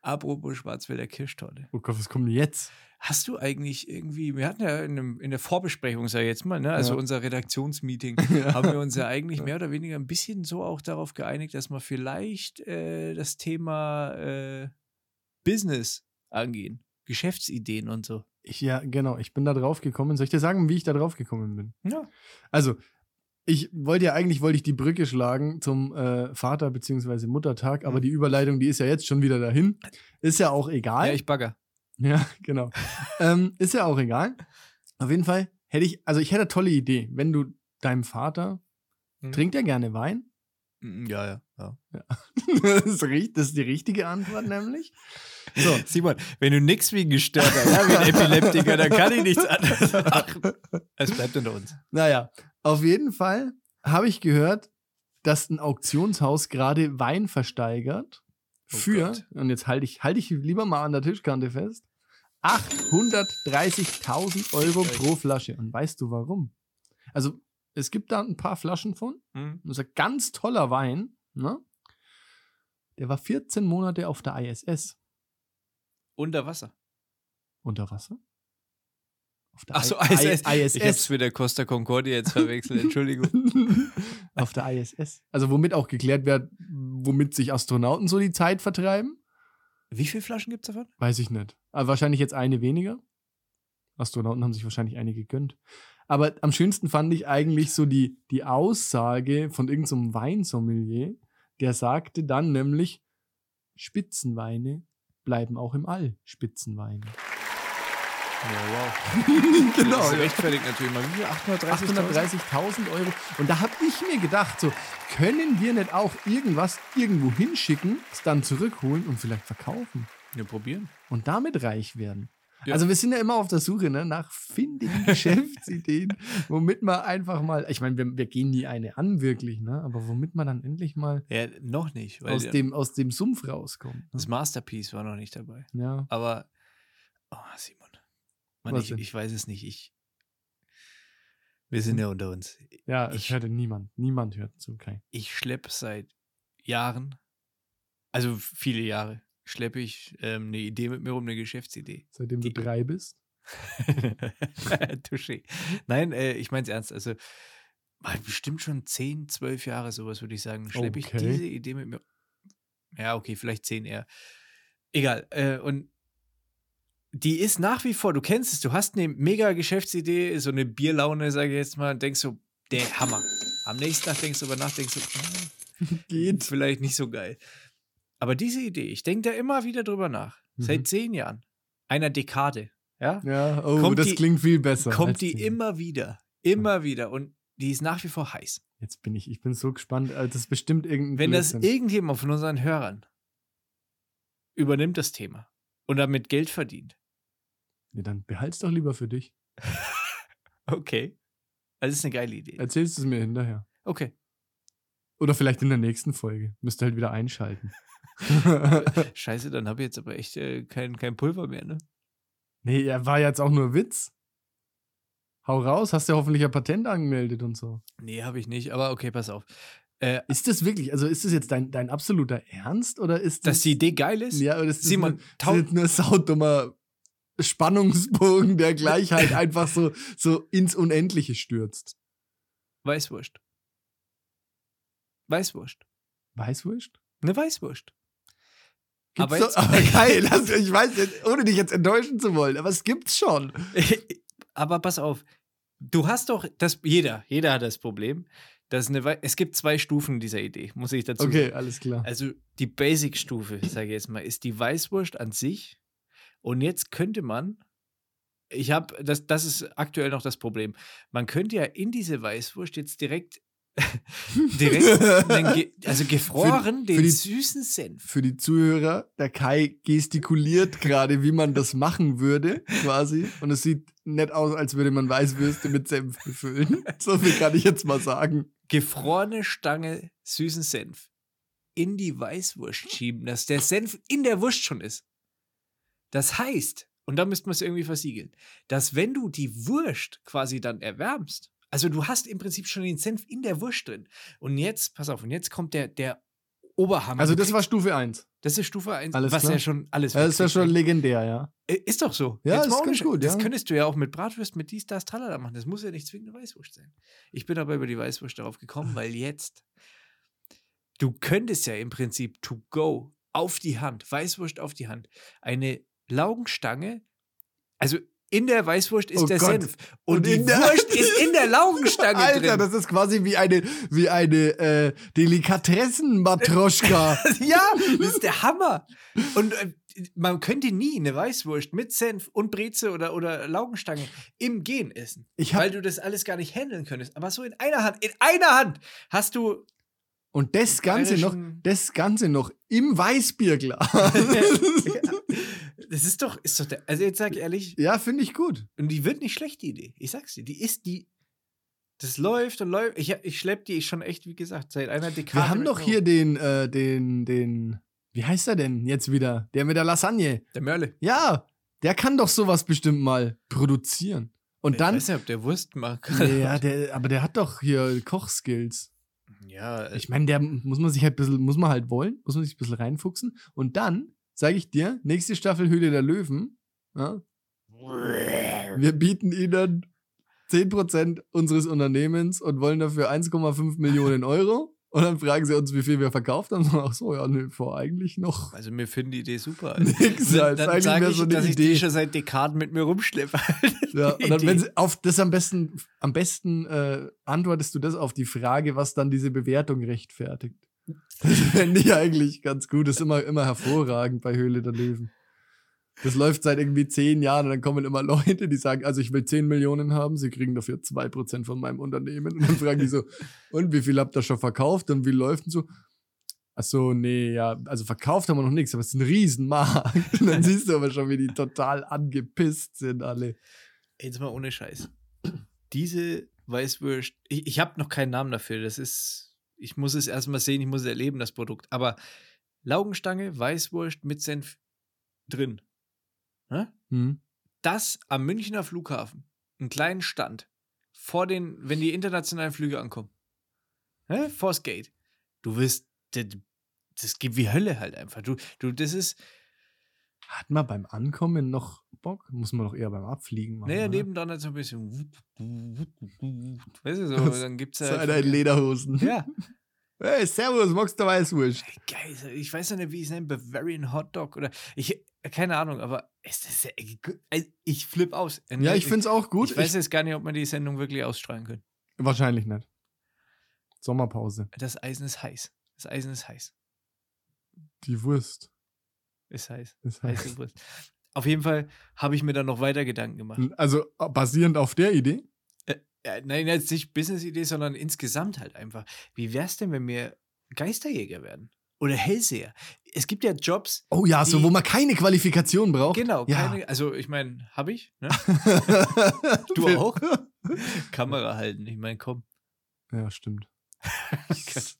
Speaker 1: Apropos Schwarzwälder Kirschtorte.
Speaker 2: Oh Gott, was kommt denn jetzt?
Speaker 1: Hast du eigentlich irgendwie, wir hatten ja in, einem, in der Vorbesprechung, sag ich jetzt mal, ne, also
Speaker 2: Ja.
Speaker 1: unser Redaktionsmeeting, haben wir uns ja eigentlich mehr oder weniger ein bisschen so auch darauf geeinigt, dass wir vielleicht äh, das Thema äh, Business angehen, Geschäftsideen und so.
Speaker 2: Ich, ja, genau. Ich bin da drauf gekommen. Soll ich dir sagen, wie ich da drauf gekommen bin?
Speaker 1: Ja.
Speaker 2: Also, ich wollte ja eigentlich wollte ich die Brücke schlagen zum äh, Vater- bzw. Muttertag, aber
Speaker 1: Mhm.
Speaker 2: die Überleitung, die ist ja jetzt schon wieder dahin. Ist ja auch egal.
Speaker 1: Ja, ich bagger.
Speaker 2: Ja, genau. ähm, ist ja auch egal. Auf jeden Fall hätte ich, also ich hätte eine tolle Idee, wenn du deinem Vater,
Speaker 1: Mhm.
Speaker 2: trinkt er gerne Wein?
Speaker 1: Mm, Ja, ja, ja.
Speaker 2: das, ist richtig, das ist die richtige Antwort nämlich. So,
Speaker 1: Simon, wenn du nix wie ein Gestörter, ja, wie ein Epileptiker, dann kann ich nichts anderes machen. Es bleibt unter uns.
Speaker 2: naja, auf jeden Fall habe ich gehört, dass ein Auktionshaus gerade Wein versteigert
Speaker 1: Oh
Speaker 2: für,
Speaker 1: Gott.
Speaker 2: und jetzt halte ich, halte ich lieber mal an der Tischkante fest, 830.000 Euro pro Flasche. Und weißt du warum? Also, es gibt da ein paar Flaschen von.
Speaker 1: Hm?
Speaker 2: unser ganz toller Wein, ne? Der war 14 Monate auf der ISS.
Speaker 1: Unter Wasser.
Speaker 2: Unter Wasser? Auf der
Speaker 1: Ach so,
Speaker 2: I-
Speaker 1: ISS.
Speaker 2: I-
Speaker 1: Ich hab's
Speaker 2: ISS.
Speaker 1: mit der Costa Concordia jetzt verwechselt, Entschuldigung.
Speaker 2: auf der ISS. Also womit auch geklärt wird, womit sich Astronauten so die Zeit vertreiben,
Speaker 1: Wie viele Flaschen gibt's davon?
Speaker 2: weiß ich nicht. Aber wahrscheinlich jetzt eine weniger. Astronauten haben sich wahrscheinlich eine gegönnt. Aber am schönsten fand ich eigentlich so die, die Aussage von irgendeinem Weinsommelier, der sagte dann nämlich, Spitzenweine bleiben auch im All Spitzenweine. wow. genau.
Speaker 3: Das
Speaker 2: ja.
Speaker 3: rechtfertigt natürlich mal. Wie viel? 830.000?
Speaker 2: 830.000 Euro. Und da habe ich mir gedacht, so, können wir nicht auch irgendwas irgendwo hinschicken, es dann zurückholen und vielleicht verkaufen
Speaker 3: Wir probieren.
Speaker 2: und damit reich werden?
Speaker 3: Ja.
Speaker 2: Also wir sind ja immer auf der Suche ne, nach findigen Geschäftsideen, womit man einfach mal, ich meine, wir, wir gehen nie eine an wirklich, ne, aber womit man dann endlich mal
Speaker 1: Ja, noch nicht, weil
Speaker 2: aus dem, aus dem Sumpf rauskommt. Ne?
Speaker 1: das Masterpiece war noch nicht dabei.
Speaker 2: Ja.
Speaker 1: Aber, oh, Simon. Mann,
Speaker 2: Was
Speaker 1: ich,
Speaker 2: denn?
Speaker 1: ich weiß es nicht. Ich, wir sind ja unter uns.
Speaker 2: Ja,
Speaker 1: Ich-
Speaker 2: ich hörte niemand. Niemand hört zu Kai.
Speaker 1: Ich schleppe seit Jahren, also viele Jahre, schleppe ich ähm, eine Idee mit mir rum, eine Geschäftsidee.
Speaker 2: Seitdem
Speaker 1: Die-
Speaker 2: du drei bist.
Speaker 1: Touché. Nein, äh, ich meine es ernst. Also, mal bestimmt schon 10, 12 Jahre sowas, würde ich sagen. Schleppe
Speaker 2: Okay.
Speaker 1: ich diese Idee mit mir. Ja, okay, vielleicht 10 eher. Egal. Äh, und die ist nach wie vor, du kennst es, du hast eine mega Geschäftsidee, so eine Bierlaune, sage ich jetzt mal, und denkst so, der Hammer. Am nächsten Tag denkst du aber nach, denkst du, hm, geht. Vielleicht nicht so geil. Aber diese Idee, ich denke da immer wieder drüber nach.
Speaker 2: Mhm.
Speaker 1: Seit zehn Jahren. Einer Dekade. Ja?
Speaker 2: Ja, oh,
Speaker 1: Kommt
Speaker 2: das
Speaker 1: die-
Speaker 2: klingt viel besser. als
Speaker 1: Kommt die
Speaker 2: mir.
Speaker 1: immer wieder. Immer wieder. Und die ist nach wie vor heiß.
Speaker 2: Jetzt bin ich, ich bin so gespannt. Also, Das ist bestimmt irgendein
Speaker 1: Wenn das
Speaker 2: Blödsinn.
Speaker 1: irgendjemand von unseren Hörern übernimmt das Thema und damit Geld verdient.
Speaker 2: nee, dann behalt's doch lieber für dich.
Speaker 1: Okay. Also das ist eine geile Idee.
Speaker 2: Erzählst es mir hinterher.
Speaker 1: Okay.
Speaker 2: Oder vielleicht in der nächsten Folge. Müsst ihr halt wieder einschalten.
Speaker 1: Scheiße, dann habe ich jetzt aber echt äh, kein, kein Pulver mehr, ne?
Speaker 2: nee, er war jetzt auch nur Witz. Hau raus, hast ja hoffentlich ein Patent angemeldet und so.
Speaker 1: Nee, habe ich nicht, aber okay, pass auf. Äh,
Speaker 2: Ist das wirklich, also ist das jetzt dein, dein absoluter Ernst oder ist das.
Speaker 1: dass die Idee geil ist?
Speaker 2: ja, oder ist das nur-
Speaker 1: Simon,
Speaker 2: Das
Speaker 1: taub,
Speaker 2: ist nur saudummer Spannungsbogen der Gleichheit einfach so, so ins Unendliche stürzt.
Speaker 1: Weißwurst. Weißwurst.
Speaker 2: Weißwurst?
Speaker 1: Eine Weißwurst.
Speaker 2: Gibt's
Speaker 1: Aber
Speaker 2: aber,
Speaker 1: jetzt-
Speaker 2: doch, aber geil, lass, ich weiß, jetzt, ohne dich jetzt enttäuschen zu wollen, aber es gibt's schon.
Speaker 1: Aber pass auf, du hast doch das, jeder, jeder hat das Problem, dass eine, Wei- es gibt zwei Stufen dieser Idee, muss ich dazu
Speaker 2: Okay,
Speaker 1: sagen.
Speaker 2: alles klar.
Speaker 1: Also die Basic-Stufe, sage ich jetzt mal, ist die Weißwurst an sich. Und jetzt könnte man, ich habe, das, das ist aktuell noch das Problem, man könnte ja in diese Weißwurst jetzt direkt, direkt einen ge, also gefroren, den
Speaker 2: für die-
Speaker 1: süßen Senf.
Speaker 2: Für die Zuhörer, der Kai gestikuliert gerade, wie man das machen würde, quasi. Und es sieht nett aus, als würde man Weißwürste mit Senf befüllen. So viel kann ich jetzt mal sagen.
Speaker 1: gefrorene Stange süßen Senf in die Weißwurst schieben, dass der Senf in der Wurst schon ist. Das heißt, und da müsste man es irgendwie versiegeln, dass wenn du die Wurst quasi dann erwärmst, also du hast im Prinzip schon den Senf in der Wurst drin. Und jetzt, pass auf, und jetzt kommt der, der Oberhammer.
Speaker 2: Also,
Speaker 1: Du
Speaker 2: das
Speaker 1: kriegst-
Speaker 2: war Stufe 1.
Speaker 1: das ist Stufe 1,
Speaker 2: Alles
Speaker 1: was
Speaker 2: klar.
Speaker 1: ja schon alles
Speaker 2: Das ist ja
Speaker 1: wegkriegt.
Speaker 2: schon legendär, ja.
Speaker 1: Äh, Ist doch so.
Speaker 2: Ja,
Speaker 1: Jetzt
Speaker 2: das
Speaker 1: mal
Speaker 2: ist
Speaker 1: ohne
Speaker 2: ganz
Speaker 1: Scheiß.
Speaker 2: gut,
Speaker 1: Das
Speaker 2: ja.
Speaker 1: könntest du ja auch mit Bratwurst, mit dies, das, tralala machen. Das muss ja nicht zwingend eine Weißwurst sein. Ich bin aber über die Weißwurst darauf gekommen, weil jetzt, du könntest ja im Prinzip to go auf die Hand, Weißwurst auf die Hand, eine Laugenstange, also in der Weißwurst ist
Speaker 2: Oh
Speaker 1: der
Speaker 2: Gott.
Speaker 1: Senf und,
Speaker 2: Und
Speaker 1: die
Speaker 2: in der-
Speaker 1: Wurst ist in der Laugenstange
Speaker 2: Alter,
Speaker 1: drin.
Speaker 2: das ist quasi wie eine, wie eine äh, Delikatessen-Matroschka.
Speaker 1: ja, das ist der Hammer. Und äh, man könnte nie eine Weißwurst mit Senf und Breze oder, oder Laugenstange im Gehen essen.
Speaker 2: Ich
Speaker 1: weil
Speaker 2: hab,
Speaker 1: du das alles gar nicht handeln könntest. Aber so in einer Hand, in einer Hand hast du
Speaker 2: und das Ganze noch,
Speaker 1: bayerischen-
Speaker 2: das Ganze noch im Weißbierglas.
Speaker 1: das ist doch, ist doch der, also jetzt sag ich ehrlich,
Speaker 2: ja, finde ich gut.
Speaker 1: und die wird nicht schlecht, die Idee. Ich sag's dir, die ist die, das läuft und läuft. Ich, ich schlepp die schon echt, wie gesagt, seit einer Dekade.
Speaker 2: Wir haben
Speaker 1: mit
Speaker 2: doch
Speaker 1: mir
Speaker 2: hier
Speaker 1: rum.
Speaker 2: den, äh, den, den, wie heißt er denn jetzt wieder? Der mit der Lasagne.
Speaker 1: der Mörle.
Speaker 2: Ja, der kann doch sowas bestimmt mal produzieren. Und dann,
Speaker 1: Ich weiß nicht, ob der Wurst mag.
Speaker 2: ja, der, aber der hat doch hier Kochskills.
Speaker 1: ja,
Speaker 2: Ich meine, der muss man sich halt bisschen, muss man halt wollen, muss man sich ein bisschen reinfuchsen. Und dann, sage ich dir, nächste Staffel Höhle der Löwen, ja, wir bieten ihnen 10% unseres Unternehmens und wollen dafür 1,5 Millionen Euro. Und dann fragen sie uns, wie viel wir verkauft haben. Ach so, ja, nee, vor eigentlich noch
Speaker 1: also mir finden die Idee super. Alter. Dann,
Speaker 2: nix. Das ist halt
Speaker 1: dann
Speaker 2: eigentlich
Speaker 1: sage
Speaker 2: mehr
Speaker 1: ich,
Speaker 2: so
Speaker 1: dass
Speaker 2: eine
Speaker 1: ich die
Speaker 2: Idee.
Speaker 1: schon seit Dekaden mit mir rumschleppe.
Speaker 2: Ja, und dann, wenn
Speaker 1: Idee.
Speaker 2: sie auf das am besten, am besten äh, antwortest du das auf die Frage, was dann diese Bewertung rechtfertigt. Das fände ich eigentlich ganz gut. Das ist immer, immer hervorragend bei Höhle der Löwen. Das läuft seit irgendwie zehn Jahren und dann kommen immer Leute, die sagen, also ich will 10 Millionen haben, sie kriegen dafür 2% von meinem Unternehmen. Und dann fragen die so, und wie viel habt ihr schon verkauft und wie läuft denn so? Ach so, nee, ja, also verkauft haben wir noch nichts, aber es ist ein Riesenmarkt. Und dann siehst du aber schon, wie die total angepisst sind alle.
Speaker 1: Jetzt mal ohne Scheiß. Diese Weißwurst, ich, ich habe noch keinen Namen dafür. Das ist, ich muss es erstmal sehen, ich muss es erleben, das Produkt. Aber Laugenstange, Weißwurst mit Senf drin. Ne?
Speaker 2: Hm?
Speaker 1: Das am Münchner Flughafen, einen kleinen Stand, vor den, wenn die internationalen Flüge ankommen. Ne? Vors Gate. Du wirst, das, das geht wie Hölle halt einfach. Du, du, das ist,
Speaker 2: Hat man beim Ankommen noch Bock? Muss man doch eher beim Abfliegen machen.
Speaker 1: Naja,
Speaker 2: oder?
Speaker 1: nebendran halt so ein bisschen. wup, wup, wup, wup. Weißt du, so,
Speaker 2: Das-
Speaker 1: dann gibt's
Speaker 2: So
Speaker 1: halt.
Speaker 2: einer in Lederhosen.
Speaker 1: ja,
Speaker 2: Hey, servus, magst du Weißwurst?
Speaker 1: geil. so, Ich weiß ja nicht, wie ich es nenne. Bavarian Hot Dog oder. Ich, keine Ahnung, aber es ist, ja- also ich flipp aus.
Speaker 2: Ja, ich finde es auch gut.
Speaker 1: Ich weiß jetzt gar nicht, ob wir die Sendung wirklich ausstrahlen können.
Speaker 2: Ich- wahrscheinlich nicht. Sommerpause.
Speaker 1: Das Eisen ist heiß. Das Eisen ist heiß.
Speaker 2: Die Wurst.
Speaker 1: Ist heiß.
Speaker 2: Das heißt,
Speaker 1: Heiße Wurst. Auf jeden Fall habe ich mir dann noch weiter Gedanken gemacht.
Speaker 2: also äh, basierend auf der Idee.
Speaker 1: Ja, nein, jetzt nicht Business-Idee, sondern insgesamt halt einfach. Wie wär's denn, wenn wir Geisterjäger werden? Oder Hellseher? Es gibt ja Jobs,
Speaker 2: Oh ja,
Speaker 1: Die-
Speaker 2: so wo man keine Qualifikation braucht.
Speaker 1: Genau,
Speaker 2: Ja.
Speaker 1: keine, also ich meine, habe ich, ne?
Speaker 2: du
Speaker 1: Du auch? Kamera halten, ich meine, komm.
Speaker 2: Ja, stimmt.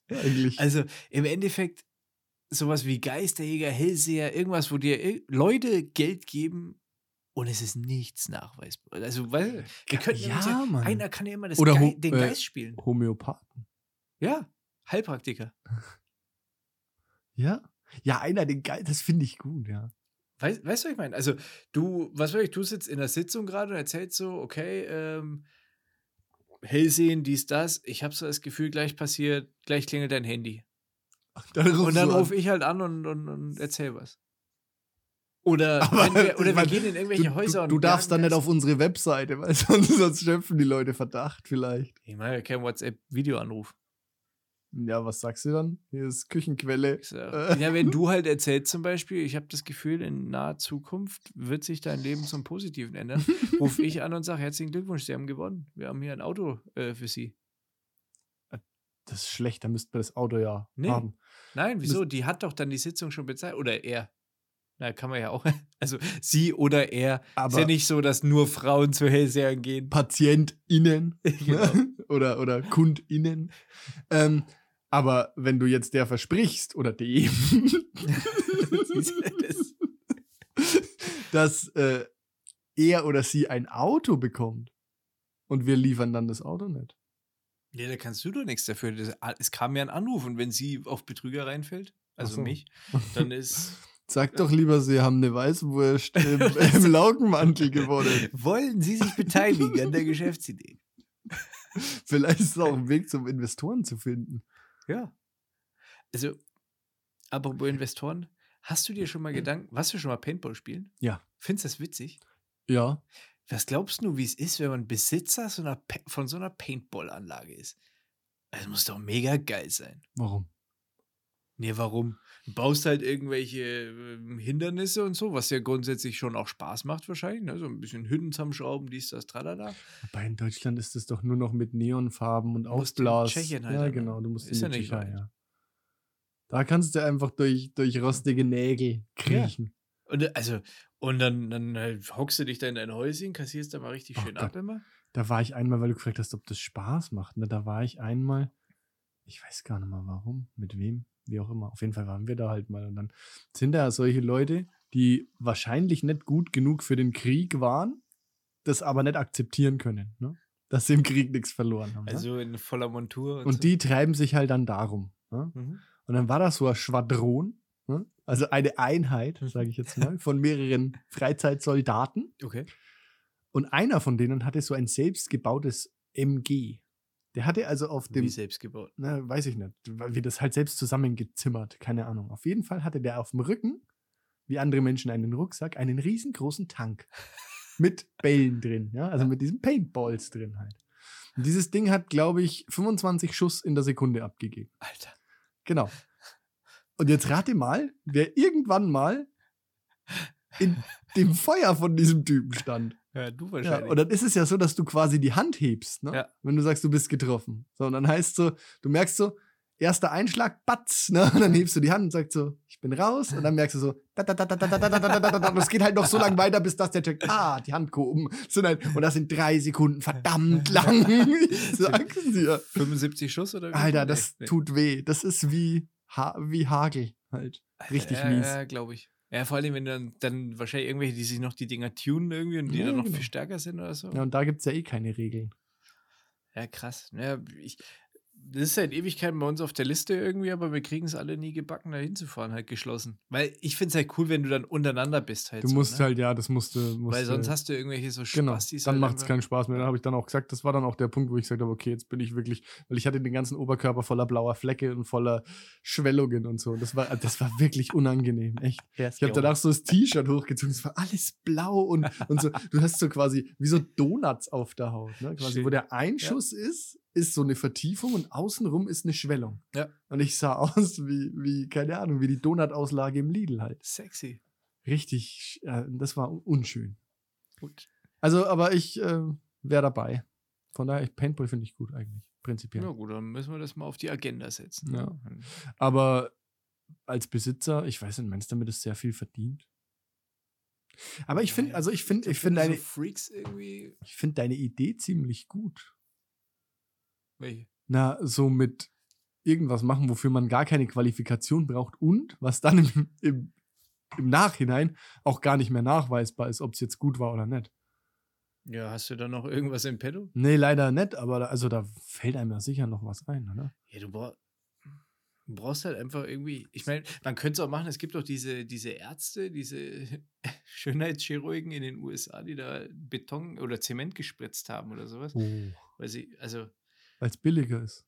Speaker 2: Eigentlich.
Speaker 1: Also im Endeffekt sowas wie Geisterjäger, Hellseher, irgendwas, wo dir ir- Leute Geld geben und es ist nichts nachweisbar. Also, weil wir könnten ja,
Speaker 2: Äh, ja,
Speaker 1: sagen,
Speaker 2: Mann.
Speaker 1: einer kann ja immer das
Speaker 2: Oder
Speaker 1: Gei-
Speaker 2: ho-
Speaker 1: den
Speaker 2: äh,
Speaker 1: Geist spielen.
Speaker 2: Homöopathen.
Speaker 1: Ja, Heilpraktiker.
Speaker 2: Ja. Ja, einer, den geil, das finde ich gut, ja.
Speaker 1: Weißt, weißt du, was ich meine? Also, du, was weiß ich, du sitzt in der Sitzung gerade und erzählst so, okay, ähm, Hellsehen, dies, das. Ich habe so das Gefühl, gleich passiert, gleich klingelt dein Handy. Und dann rufe ich halt an und, und, und erzähl was. Oder,
Speaker 2: Aber
Speaker 1: wenn wir, oder
Speaker 2: ich
Speaker 1: wir
Speaker 2: mein,
Speaker 1: gehen in
Speaker 2: du,
Speaker 1: irgendwelche Häuser
Speaker 2: du,
Speaker 1: und.
Speaker 2: du darfst dann
Speaker 1: jagen
Speaker 2: nicht auf unsere Webseite, weil sonst, sonst schöpfen die Leute Verdacht vielleicht.
Speaker 1: Geist. Ich meine, kein WhatsApp-Videoanruf.
Speaker 2: Ja, was sagst du dann? Hier ist Küchenquelle.
Speaker 1: Ich sag, Ja, wenn du halt erzählst zum Beispiel, ich habe das Gefühl, in naher Zukunft wird sich dein Leben zum Positiven ändern, rufe ich an und sage: Herzlichen Glückwunsch, Sie haben gewonnen. Wir haben hier ein Auto äh, für Sie.
Speaker 2: Das ist schlecht, da müssten wir das Auto ja
Speaker 1: Nee.
Speaker 2: haben.
Speaker 1: Nein, wieso? Die hat doch dann die Sitzung schon bezahlt. Oder er. Na, kann man ja auch. Also sie oder er.
Speaker 2: Aber
Speaker 1: ist ja nicht so, dass nur Frauen zu Hellsehern gehen.
Speaker 2: PatientInnen
Speaker 1: Genau.
Speaker 2: oder, oder KundInnen. Ähm, aber wenn du jetzt der versprichst oder dem,
Speaker 1: Das ist- das-
Speaker 2: dass äh, er oder sie ein Auto bekommt und wir liefern dann das Auto nicht.
Speaker 1: Ja, da kannst du doch nichts dafür. Das, ah, es kam ja ein Anruf und wenn sie auf Betrüger reinfällt, also
Speaker 2: Ach so.
Speaker 1: mich, dann ist.
Speaker 2: Sag doch lieber, sie haben eine Weißwurst im, im Laugenmantel gewonnen.
Speaker 1: Wollen Sie sich beteiligen an der Geschäftsidee?
Speaker 2: Vielleicht ist es auch ein Weg zum Investoren zu finden.
Speaker 1: Ja. Also, apropos Investoren, hast du dir schon mal Gedanken, was wir schon mal Paintball spielen?
Speaker 2: Ja.
Speaker 1: Findest du das witzig?
Speaker 2: Ja.
Speaker 1: Was glaubst du, wie es ist, wenn man Besitzer so einer, Pa- von so einer Paintball-Anlage ist? Das muss doch mega geil sein.
Speaker 2: Warum?
Speaker 1: Nee, Ne, warum? Du baust halt irgendwelche ähm, Hindernisse und so, was ja grundsätzlich schon auch Spaß macht wahrscheinlich. Ne? So ein bisschen Hütten zusammenschrauben, dies, das, tralala.
Speaker 2: Wobei in Deutschland ist es doch nur noch mit Neonfarben und
Speaker 1: Du musst in
Speaker 2: Aufblas.
Speaker 1: Tschechien halt
Speaker 2: ja,
Speaker 1: dann,
Speaker 2: genau,
Speaker 1: ne?
Speaker 2: du musst
Speaker 1: Ist ja
Speaker 2: in die
Speaker 1: nicht
Speaker 2: Tschechei,
Speaker 1: weit.
Speaker 2: ja. Da kannst du einfach durch, durch rostige Nägel kriechen.
Speaker 1: Und, äh, also, und dann, dann äh, hockst du dich da in dein Häuschen, kassierst da mal richtig
Speaker 2: Oh
Speaker 1: schön
Speaker 2: Gott.
Speaker 1: ab immer.
Speaker 2: Da war ich einmal, weil du gefragt hast, ob das Spaß macht. Ne? Da war ich einmal, ich weiß gar nicht mal warum, mit wem, wie auch immer. Auf jeden Fall waren wir da halt mal. Und dann sind da solche Leute, die wahrscheinlich nicht gut genug für den Krieg waren, das aber nicht akzeptieren können, ne? dass sie im Krieg nichts verloren haben. ne?
Speaker 1: Also in voller Montur. Und, so.
Speaker 2: Und die treiben sich halt dann darum. Ne?
Speaker 1: Mhm.
Speaker 2: Und dann war das so ein Schwadron, ne? also eine Einheit,
Speaker 1: Mhm.
Speaker 2: sage ich jetzt mal, von mehreren Freizeitsoldaten.
Speaker 1: Okay.
Speaker 2: Und einer von denen hatte so ein selbstgebautes MG. Der hatte also auf
Speaker 1: Wie
Speaker 2: dem,
Speaker 1: selbst gebaut.
Speaker 2: ne, weiß ich nicht, wie das halt selbst zusammengezimmert, keine Ahnung. Auf jeden Fall hatte der auf dem Rücken, wie andere Menschen einen Rucksack, einen riesengroßen Tank mit Bällen drin, ja, also mit diesen Paintballs drin halt. Und dieses Ding hat, glaube ich, 25 Schuss in der Sekunde abgegeben.
Speaker 1: Alter.
Speaker 2: Genau. Und jetzt rate mal, wer irgendwann mal in dem Feuer von diesem Typen stand.
Speaker 1: Ja, du
Speaker 2: Ja,
Speaker 1: wahrscheinlich.
Speaker 2: und dann ist es ja so, dass du quasi die Hand hebst, ne?
Speaker 1: Ja.
Speaker 2: wenn du sagst, du bist getroffen. So, und dann heißt so, du merkst so, erster Einschlag, batz, ne? und dann hebst du die Hand und sagst so, ich bin raus, und dann merkst du so, da, da, da, da, da, da, da, da, da, da, da, da. und es geht halt noch so lange weiter, bis das der checkt, ah, die Hand gehoben. So, nein, und das sind drei Sekunden verdammt lang. Ich sag's dir.
Speaker 1: 75 Schuss oder wie?
Speaker 2: Alter,
Speaker 1: Nee,
Speaker 2: das
Speaker 1: nee.
Speaker 2: tut weh. Das ist wie, ha wie Hagel halt. Richtig
Speaker 1: ja,
Speaker 2: mies.
Speaker 1: Ja, glaube ich. Ja, vor allem, wenn dann, dann wahrscheinlich irgendwelche, die sich noch die Dinger tunen irgendwie und die
Speaker 2: Ja,
Speaker 1: dann noch
Speaker 2: genau.
Speaker 1: viel stärker sind oder so.
Speaker 2: Ja,
Speaker 1: Ja,
Speaker 2: und da gibt's ja eh keine Regeln.
Speaker 1: krass. Ja, ich, das ist seit Ewigkeiten bei uns auf der Liste irgendwie, aber wir kriegen es alle nie gebacken, da hinzufahren, halt geschlossen. Weil ich finde es halt cool, wenn du dann untereinander bist halt.
Speaker 2: Du
Speaker 1: so,
Speaker 2: musst
Speaker 1: ne?
Speaker 2: halt, ja, das musst du. Musst
Speaker 1: Weil
Speaker 2: du-
Speaker 1: sonst hast du irgendwelche so
Speaker 2: Genau,
Speaker 1: Spastis.
Speaker 2: dann
Speaker 1: halt
Speaker 2: macht es
Speaker 1: einfach.
Speaker 2: keinen Spaß mehr. Dann habe ich dann auch gesagt, das war dann auch der Punkt, wo ich gesagt habe, okay, jetzt bin ich wirklich, weil ich hatte den ganzen Oberkörper voller blauer Flecke und voller Schwellungen und so. Das war, das war wirklich unangenehm, echt. Ich habe danach so das T-Shirt hochgezogen, es war alles blau und, und so. Du hast so quasi wie so Donuts auf der Haut, ne? quasi,
Speaker 1: Schön.
Speaker 2: wo der Einschuss ist, ist so eine Vertiefung und außenrum ist eine Schwellung.
Speaker 1: Ja.
Speaker 2: Und ich sah aus wie, wie, keine Ahnung, wie die Donutauslage im Lidl halt.
Speaker 1: Sexy.
Speaker 2: Richtig, äh, das war unschön.
Speaker 1: Gut.
Speaker 2: Also, aber ich äh, wäre dabei. Von daher, ich, Paintball finde ich gut eigentlich, prinzipiell.
Speaker 1: Na gut, dann müssen wir das mal auf die Agenda setzen.
Speaker 2: Ja.
Speaker 1: ne?
Speaker 2: Aber als Besitzer, ich weiß nicht, meinst du damit ist sehr viel verdient? Aber ich finde,
Speaker 1: Ja,
Speaker 2: also ich finde, ich finde
Speaker 1: so
Speaker 2: deine,
Speaker 1: Freaks irgendwie.
Speaker 2: ich finde deine Idee ziemlich gut.
Speaker 1: Welche?
Speaker 2: Na, so mit irgendwas machen, wofür man gar keine Qualifikation braucht und was dann im, im, im Nachhinein auch gar nicht mehr nachweisbar ist, ob es jetzt gut war oder nicht.
Speaker 1: Ja, hast du da noch irgendwas im Petto?
Speaker 2: Nee, leider nicht, aber da, also da fällt einem ja sicher noch was ein, oder?
Speaker 1: Ja, du brauchst. Du brauchst halt einfach irgendwie, ich meine, man könnte es auch machen, es gibt doch diese, diese Ärzte, diese Schönheitschirurgen in den USA, die da Beton oder Zement gespritzt haben oder sowas.
Speaker 2: Oh.
Speaker 1: Weil sie, also,
Speaker 2: Weil es billiger ist.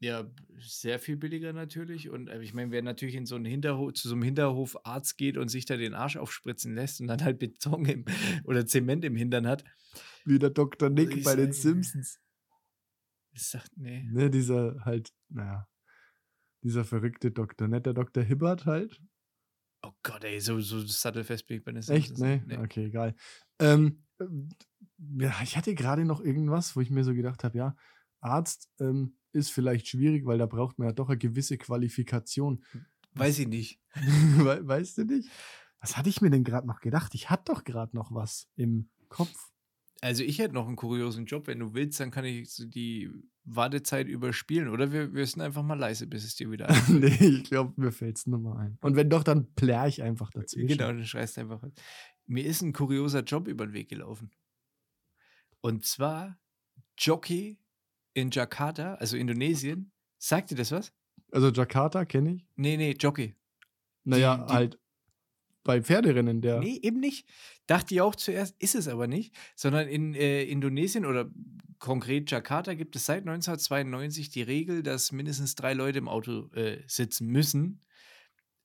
Speaker 1: ja, sehr viel billiger natürlich. Und äh, ich meine, wer natürlich in so einen Hinterhof, zu so einem Hinterhofarzt geht und sich da den Arsch aufspritzen lässt und dann halt Beton im, oder Zement im Hintern hat,
Speaker 2: Wie der Dr. Nick
Speaker 1: Also Ich
Speaker 2: bei den
Speaker 1: sag-
Speaker 2: Simpsons.
Speaker 1: ist sagt, nee.
Speaker 2: Ne, dieser halt, naja, dieser verrückte Doktor. Nicht der Dr. Hibbert halt.
Speaker 1: Oh Gott, ey, so, so sattelfest bin ich bei den
Speaker 2: Echt?
Speaker 1: Simpsons
Speaker 2: Nee?
Speaker 1: nicht.
Speaker 2: Okay, egal. Ähm, ja, ich hatte gerade noch irgendwas, wo ich mir so gedacht habe, ja, Arzt ähm, ist vielleicht schwierig, weil da braucht man ja doch eine gewisse Qualifikation.
Speaker 1: Weiß ich nicht.
Speaker 2: We weißt du nicht? Was hatte ich mir denn gerade noch gedacht? Ich hatte doch gerade noch was im Kopf.
Speaker 1: Also ich hätte noch einen kuriosen Job. Wenn du willst, dann kann ich so die Wartezeit überspielen. Oder wir, wir sind einfach mal leise, bis es dir wieder einfällt.
Speaker 2: nee, ich glaube, mir fällt es nur mal ein. Und wenn doch, dann plär ich einfach dazwischen.
Speaker 1: Genau, dann schreist du einfach. Mir ist ein kurioser Job über den Weg gelaufen. Und zwar Jockey in Jakarta, also Indonesien. Sagt dir das was?
Speaker 2: Also Jakarta kenne ich.
Speaker 1: Nee, nee, Jockey.
Speaker 2: Naja,
Speaker 1: die-
Speaker 2: halt bei Pferderennen, der.
Speaker 1: Nee, eben nicht. Dachte ich auch zuerst, ist es aber nicht, sondern in äh, Indonesien oder konkret Jakarta gibt es seit 1992 die Regel, dass mindestens drei Leute im Auto äh, sitzen müssen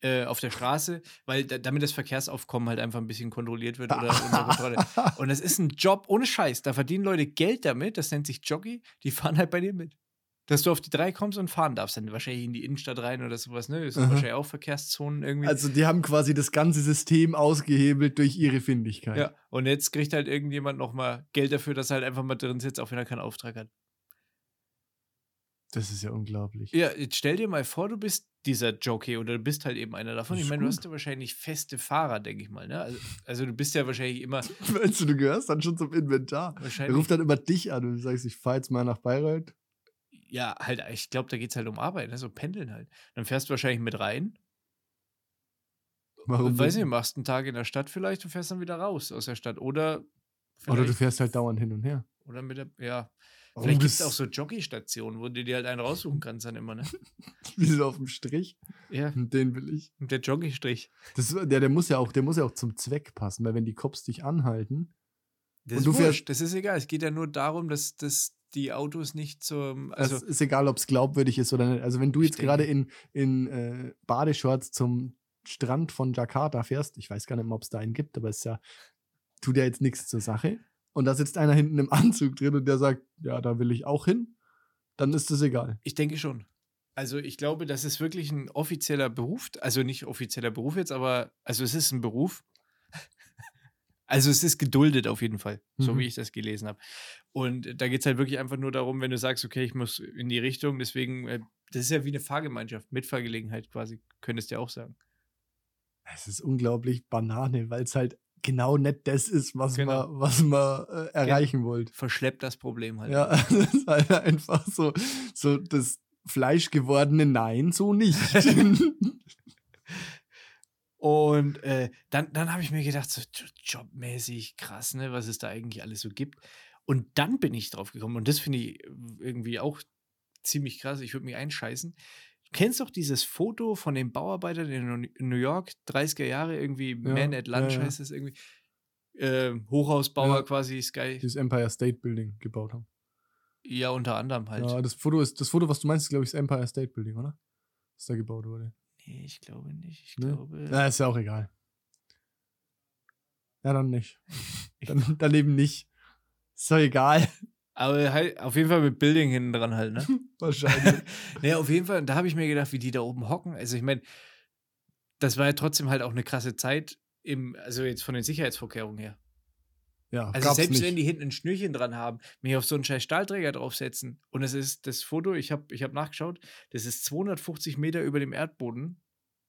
Speaker 1: äh, auf der Straße, weil da, damit das Verkehrsaufkommen halt einfach ein bisschen kontrolliert wird oder unter Kontrolle. Und das ist ein Job ohne Scheiß. Da verdienen Leute Geld damit, das nennt sich Jockey, die fahren halt bei dir mit. Dass du auf die drei kommst und fahren darfst, dann wahrscheinlich in die Innenstadt rein oder sowas, ne? Das sind
Speaker 2: Aha.
Speaker 1: wahrscheinlich auch Verkehrszonen irgendwie.
Speaker 2: Also die haben quasi das ganze System ausgehebelt durch ihre Findigkeit.
Speaker 1: Ja, und jetzt kriegt halt irgendjemand nochmal Geld dafür, dass er halt einfach mal drin sitzt, auch wenn er keinen Auftrag hat.
Speaker 2: Das ist ja unglaublich.
Speaker 1: Ja, jetzt stell dir mal vor, du bist dieser Jockey oder du bist halt eben einer davon.
Speaker 2: Das
Speaker 1: Ich
Speaker 2: ist
Speaker 1: meine, du
Speaker 2: gut.
Speaker 1: hast ja wahrscheinlich feste Fahrer, denke ich mal. Ne? Also, also du bist ja wahrscheinlich immer.
Speaker 2: Meinst du, du gehörst dann schon zum Inventar? Er
Speaker 1: Wahrscheinlich,
Speaker 2: ruft dann immer dich an und du sagst, ich fahr jetzt mal nach Bayreuth.
Speaker 1: ja, halt, ich glaube, da geht es halt um Arbeit, ne? so pendeln halt. Dann fährst du wahrscheinlich mit rein.
Speaker 2: Warum?
Speaker 1: weiß
Speaker 2: denn?
Speaker 1: nicht, machst einen Tag in der Stadt vielleicht und fährst dann wieder raus aus der Stadt. Oder.
Speaker 2: Oder du
Speaker 1: vielleicht-
Speaker 2: fährst halt dauernd hin und her.
Speaker 1: Oder mit der. Ja.
Speaker 2: Warum
Speaker 1: Vielleicht gibt es
Speaker 2: bist-
Speaker 1: auch so Jockeystationen, wo du dir halt einen raussuchen kannst, dann immer, ne?
Speaker 2: Wie so auf dem Strich.
Speaker 1: Ja,
Speaker 2: Und den will ich.
Speaker 1: der Jockeystrich.
Speaker 2: Das, der, der, muss ja auch, der muss ja auch zum Zweck passen, weil wenn die Cops dich anhalten.
Speaker 1: Das,
Speaker 2: Und
Speaker 1: ist
Speaker 2: du fährst-
Speaker 1: wurscht, das ist egal. Es geht ja nur darum, dass, dass die Autos nicht zum. Also,
Speaker 2: es ist egal, ob es glaubwürdig ist oder nicht. Also wenn du
Speaker 1: Ich
Speaker 2: jetzt gerade in, in äh, Badeshorts zum Strand von Jakarta fährst, ich weiß gar nicht mehr, ob es da einen gibt, aber es ist ja, tut ja jetzt nichts zur Sache. Und da sitzt einer hinten im Anzug drin und der sagt, ja, da will ich auch hin, dann ist es egal.
Speaker 1: ich denke schon. Also, ich glaube, das ist wirklich ein offizieller Beruf. Also, nicht offizieller Beruf jetzt, aber. Also, es ist ein Beruf. Also es ist geduldet auf jeden Fall, so
Speaker 2: Mhm.
Speaker 1: wie ich das gelesen habe. Und da geht es halt wirklich einfach nur darum, wenn du sagst, okay, ich muss in die Richtung, deswegen, äh, das ist ja wie eine Fahrgemeinschaft, Mitfahrgelegenheit quasi, könntest du ja auch sagen.
Speaker 2: Es ist unglaublich Banane, weil es halt genau nicht das ist, was
Speaker 1: Genau.
Speaker 2: man, was man äh, erreichen wollte.
Speaker 1: Verschleppt das Problem halt.
Speaker 2: Ja, das ist halt einfach so, so das fleischgewordene Nein, so nicht.
Speaker 1: Und äh, dann, dann habe ich mir gedacht, so jo- jobmäßig krass, ne, was es da eigentlich alles so gibt. Und dann bin ich drauf gekommen und das finde ich äh, irgendwie auch ziemlich krass. Ich würde mich einscheißen. Du kennst doch dieses Foto von den Bauarbeitern in Nu- New York, 30er Jahre, irgendwie Man at
Speaker 2: ja,
Speaker 1: Lunch
Speaker 2: ja.
Speaker 1: heißt das irgendwie. Äh, Hochhausbauer
Speaker 2: Ja.
Speaker 1: quasi, Sky.
Speaker 2: Dieses Empire State Building gebaut haben.
Speaker 1: Ja, unter anderem halt.
Speaker 2: Ja, das Foto ist, das Foto, was du meinst, ist, glaube ich, das Empire State Building, oder? Was da gebaut wurde.
Speaker 1: Nee, ich glaube nicht. Ich
Speaker 2: Ne?
Speaker 1: glaube.
Speaker 2: Na, ist ja auch egal. Ja, dann nicht. Dann, dann eben nicht. Ist doch egal.
Speaker 1: Aber halt, auf jeden Fall mit Building hinten dran halt, ne?
Speaker 2: Wahrscheinlich.
Speaker 1: Naja, auf jeden Fall, und da habe ich mir gedacht, wie die da oben hocken. Also ich meine, das war ja trotzdem halt auch eine krasse Zeit, im, also jetzt von den Sicherheitsvorkehrungen her.
Speaker 2: Ja,
Speaker 1: Also
Speaker 2: gab's
Speaker 1: selbst
Speaker 2: nicht.
Speaker 1: wenn die hinten ein Schnürchen dran haben, mich auf so einen scheiß Stahlträger draufsetzen und es ist das Foto, ich habe ich hab nachgeschaut, das ist 250 Meter über dem Erdboden,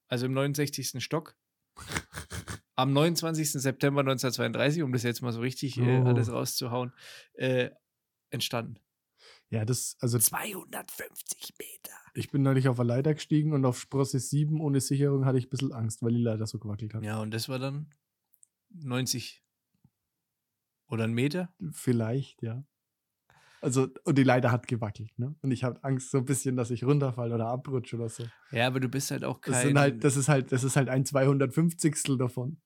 Speaker 1: also im 69. Stock. Am 29. September 1932, um das jetzt mal so richtig äh,
Speaker 2: Oh.
Speaker 1: alles rauszuhauen, äh, entstanden.
Speaker 2: Ja, das, also
Speaker 1: 250 Meter.
Speaker 2: ich bin neulich auf eine Leiter gestiegen und auf Sprosse 7 ohne Sicherung hatte ich ein bisschen Angst, weil die Leiter so gewackelt hat.
Speaker 1: Ja, und das war dann 90 oder ein Meter.
Speaker 2: Vielleicht, ja. Also, und die Leiter hat gewackelt, ne? Und ich habe Angst so ein bisschen, dass ich runterfall oder abrutsche oder so.
Speaker 1: Ja, aber du bist halt auch kein.
Speaker 2: Das, sind halt, das ist halt, das ist halt ein 250. davon.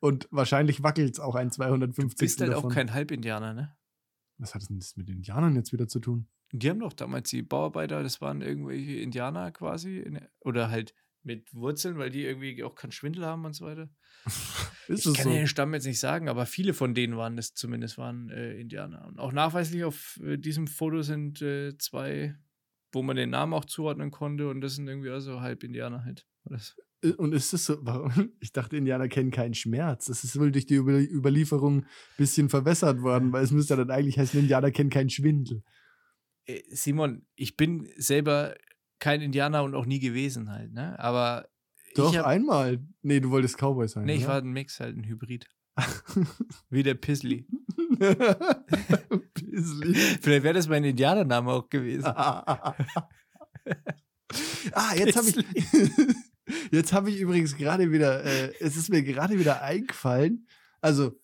Speaker 2: Und wahrscheinlich wackelt es auch ein 250.
Speaker 1: bist halt
Speaker 2: davon.
Speaker 1: auch kein Halbindianer, ne?
Speaker 2: Was hat denn das mit den Indianern jetzt wieder zu tun?
Speaker 1: Die haben doch damals die Bauarbeiter, das waren irgendwelche Indianer quasi. In, oder halt mit Wurzeln, weil die irgendwie auch keinen Schwindel haben und so weiter. ich
Speaker 2: Ist es
Speaker 1: kann
Speaker 2: so?
Speaker 1: ja den Stamm jetzt nicht sagen, aber viele von denen waren das zumindest, waren äh, Indianer. Und auch nachweislich auf äh, diesem Foto sind äh, zwei, wo man den Namen auch zuordnen konnte und das sind irgendwie also Halbindianer halt. Oder so.
Speaker 2: Äh, Und ist es so? Warum? Ich dachte, Indianer kennen keinen Schmerz. Das ist wohl durch die Über Überlieferung ein bisschen verwässert worden, weil es müsste ja dann eigentlich heißen, Indianer kennen keinen Schwindel.
Speaker 1: äh, Simon, ich bin selber kein Indianer und auch nie gewesen halt, ne? Aber
Speaker 2: Doch,
Speaker 1: ich hab,
Speaker 2: einmal. Nee, du wolltest Cowboy sein.
Speaker 1: nee, ich war
Speaker 2: oder?
Speaker 1: ein Mix halt, ein Hybrid. Wie der Pizzly.
Speaker 2: Pissli.
Speaker 1: Vielleicht wäre das mein Indianername auch gewesen.
Speaker 2: ah, jetzt habe ich. Jetzt habe ich übrigens gerade wieder, äh, es ist mir gerade wieder eingefallen. Also,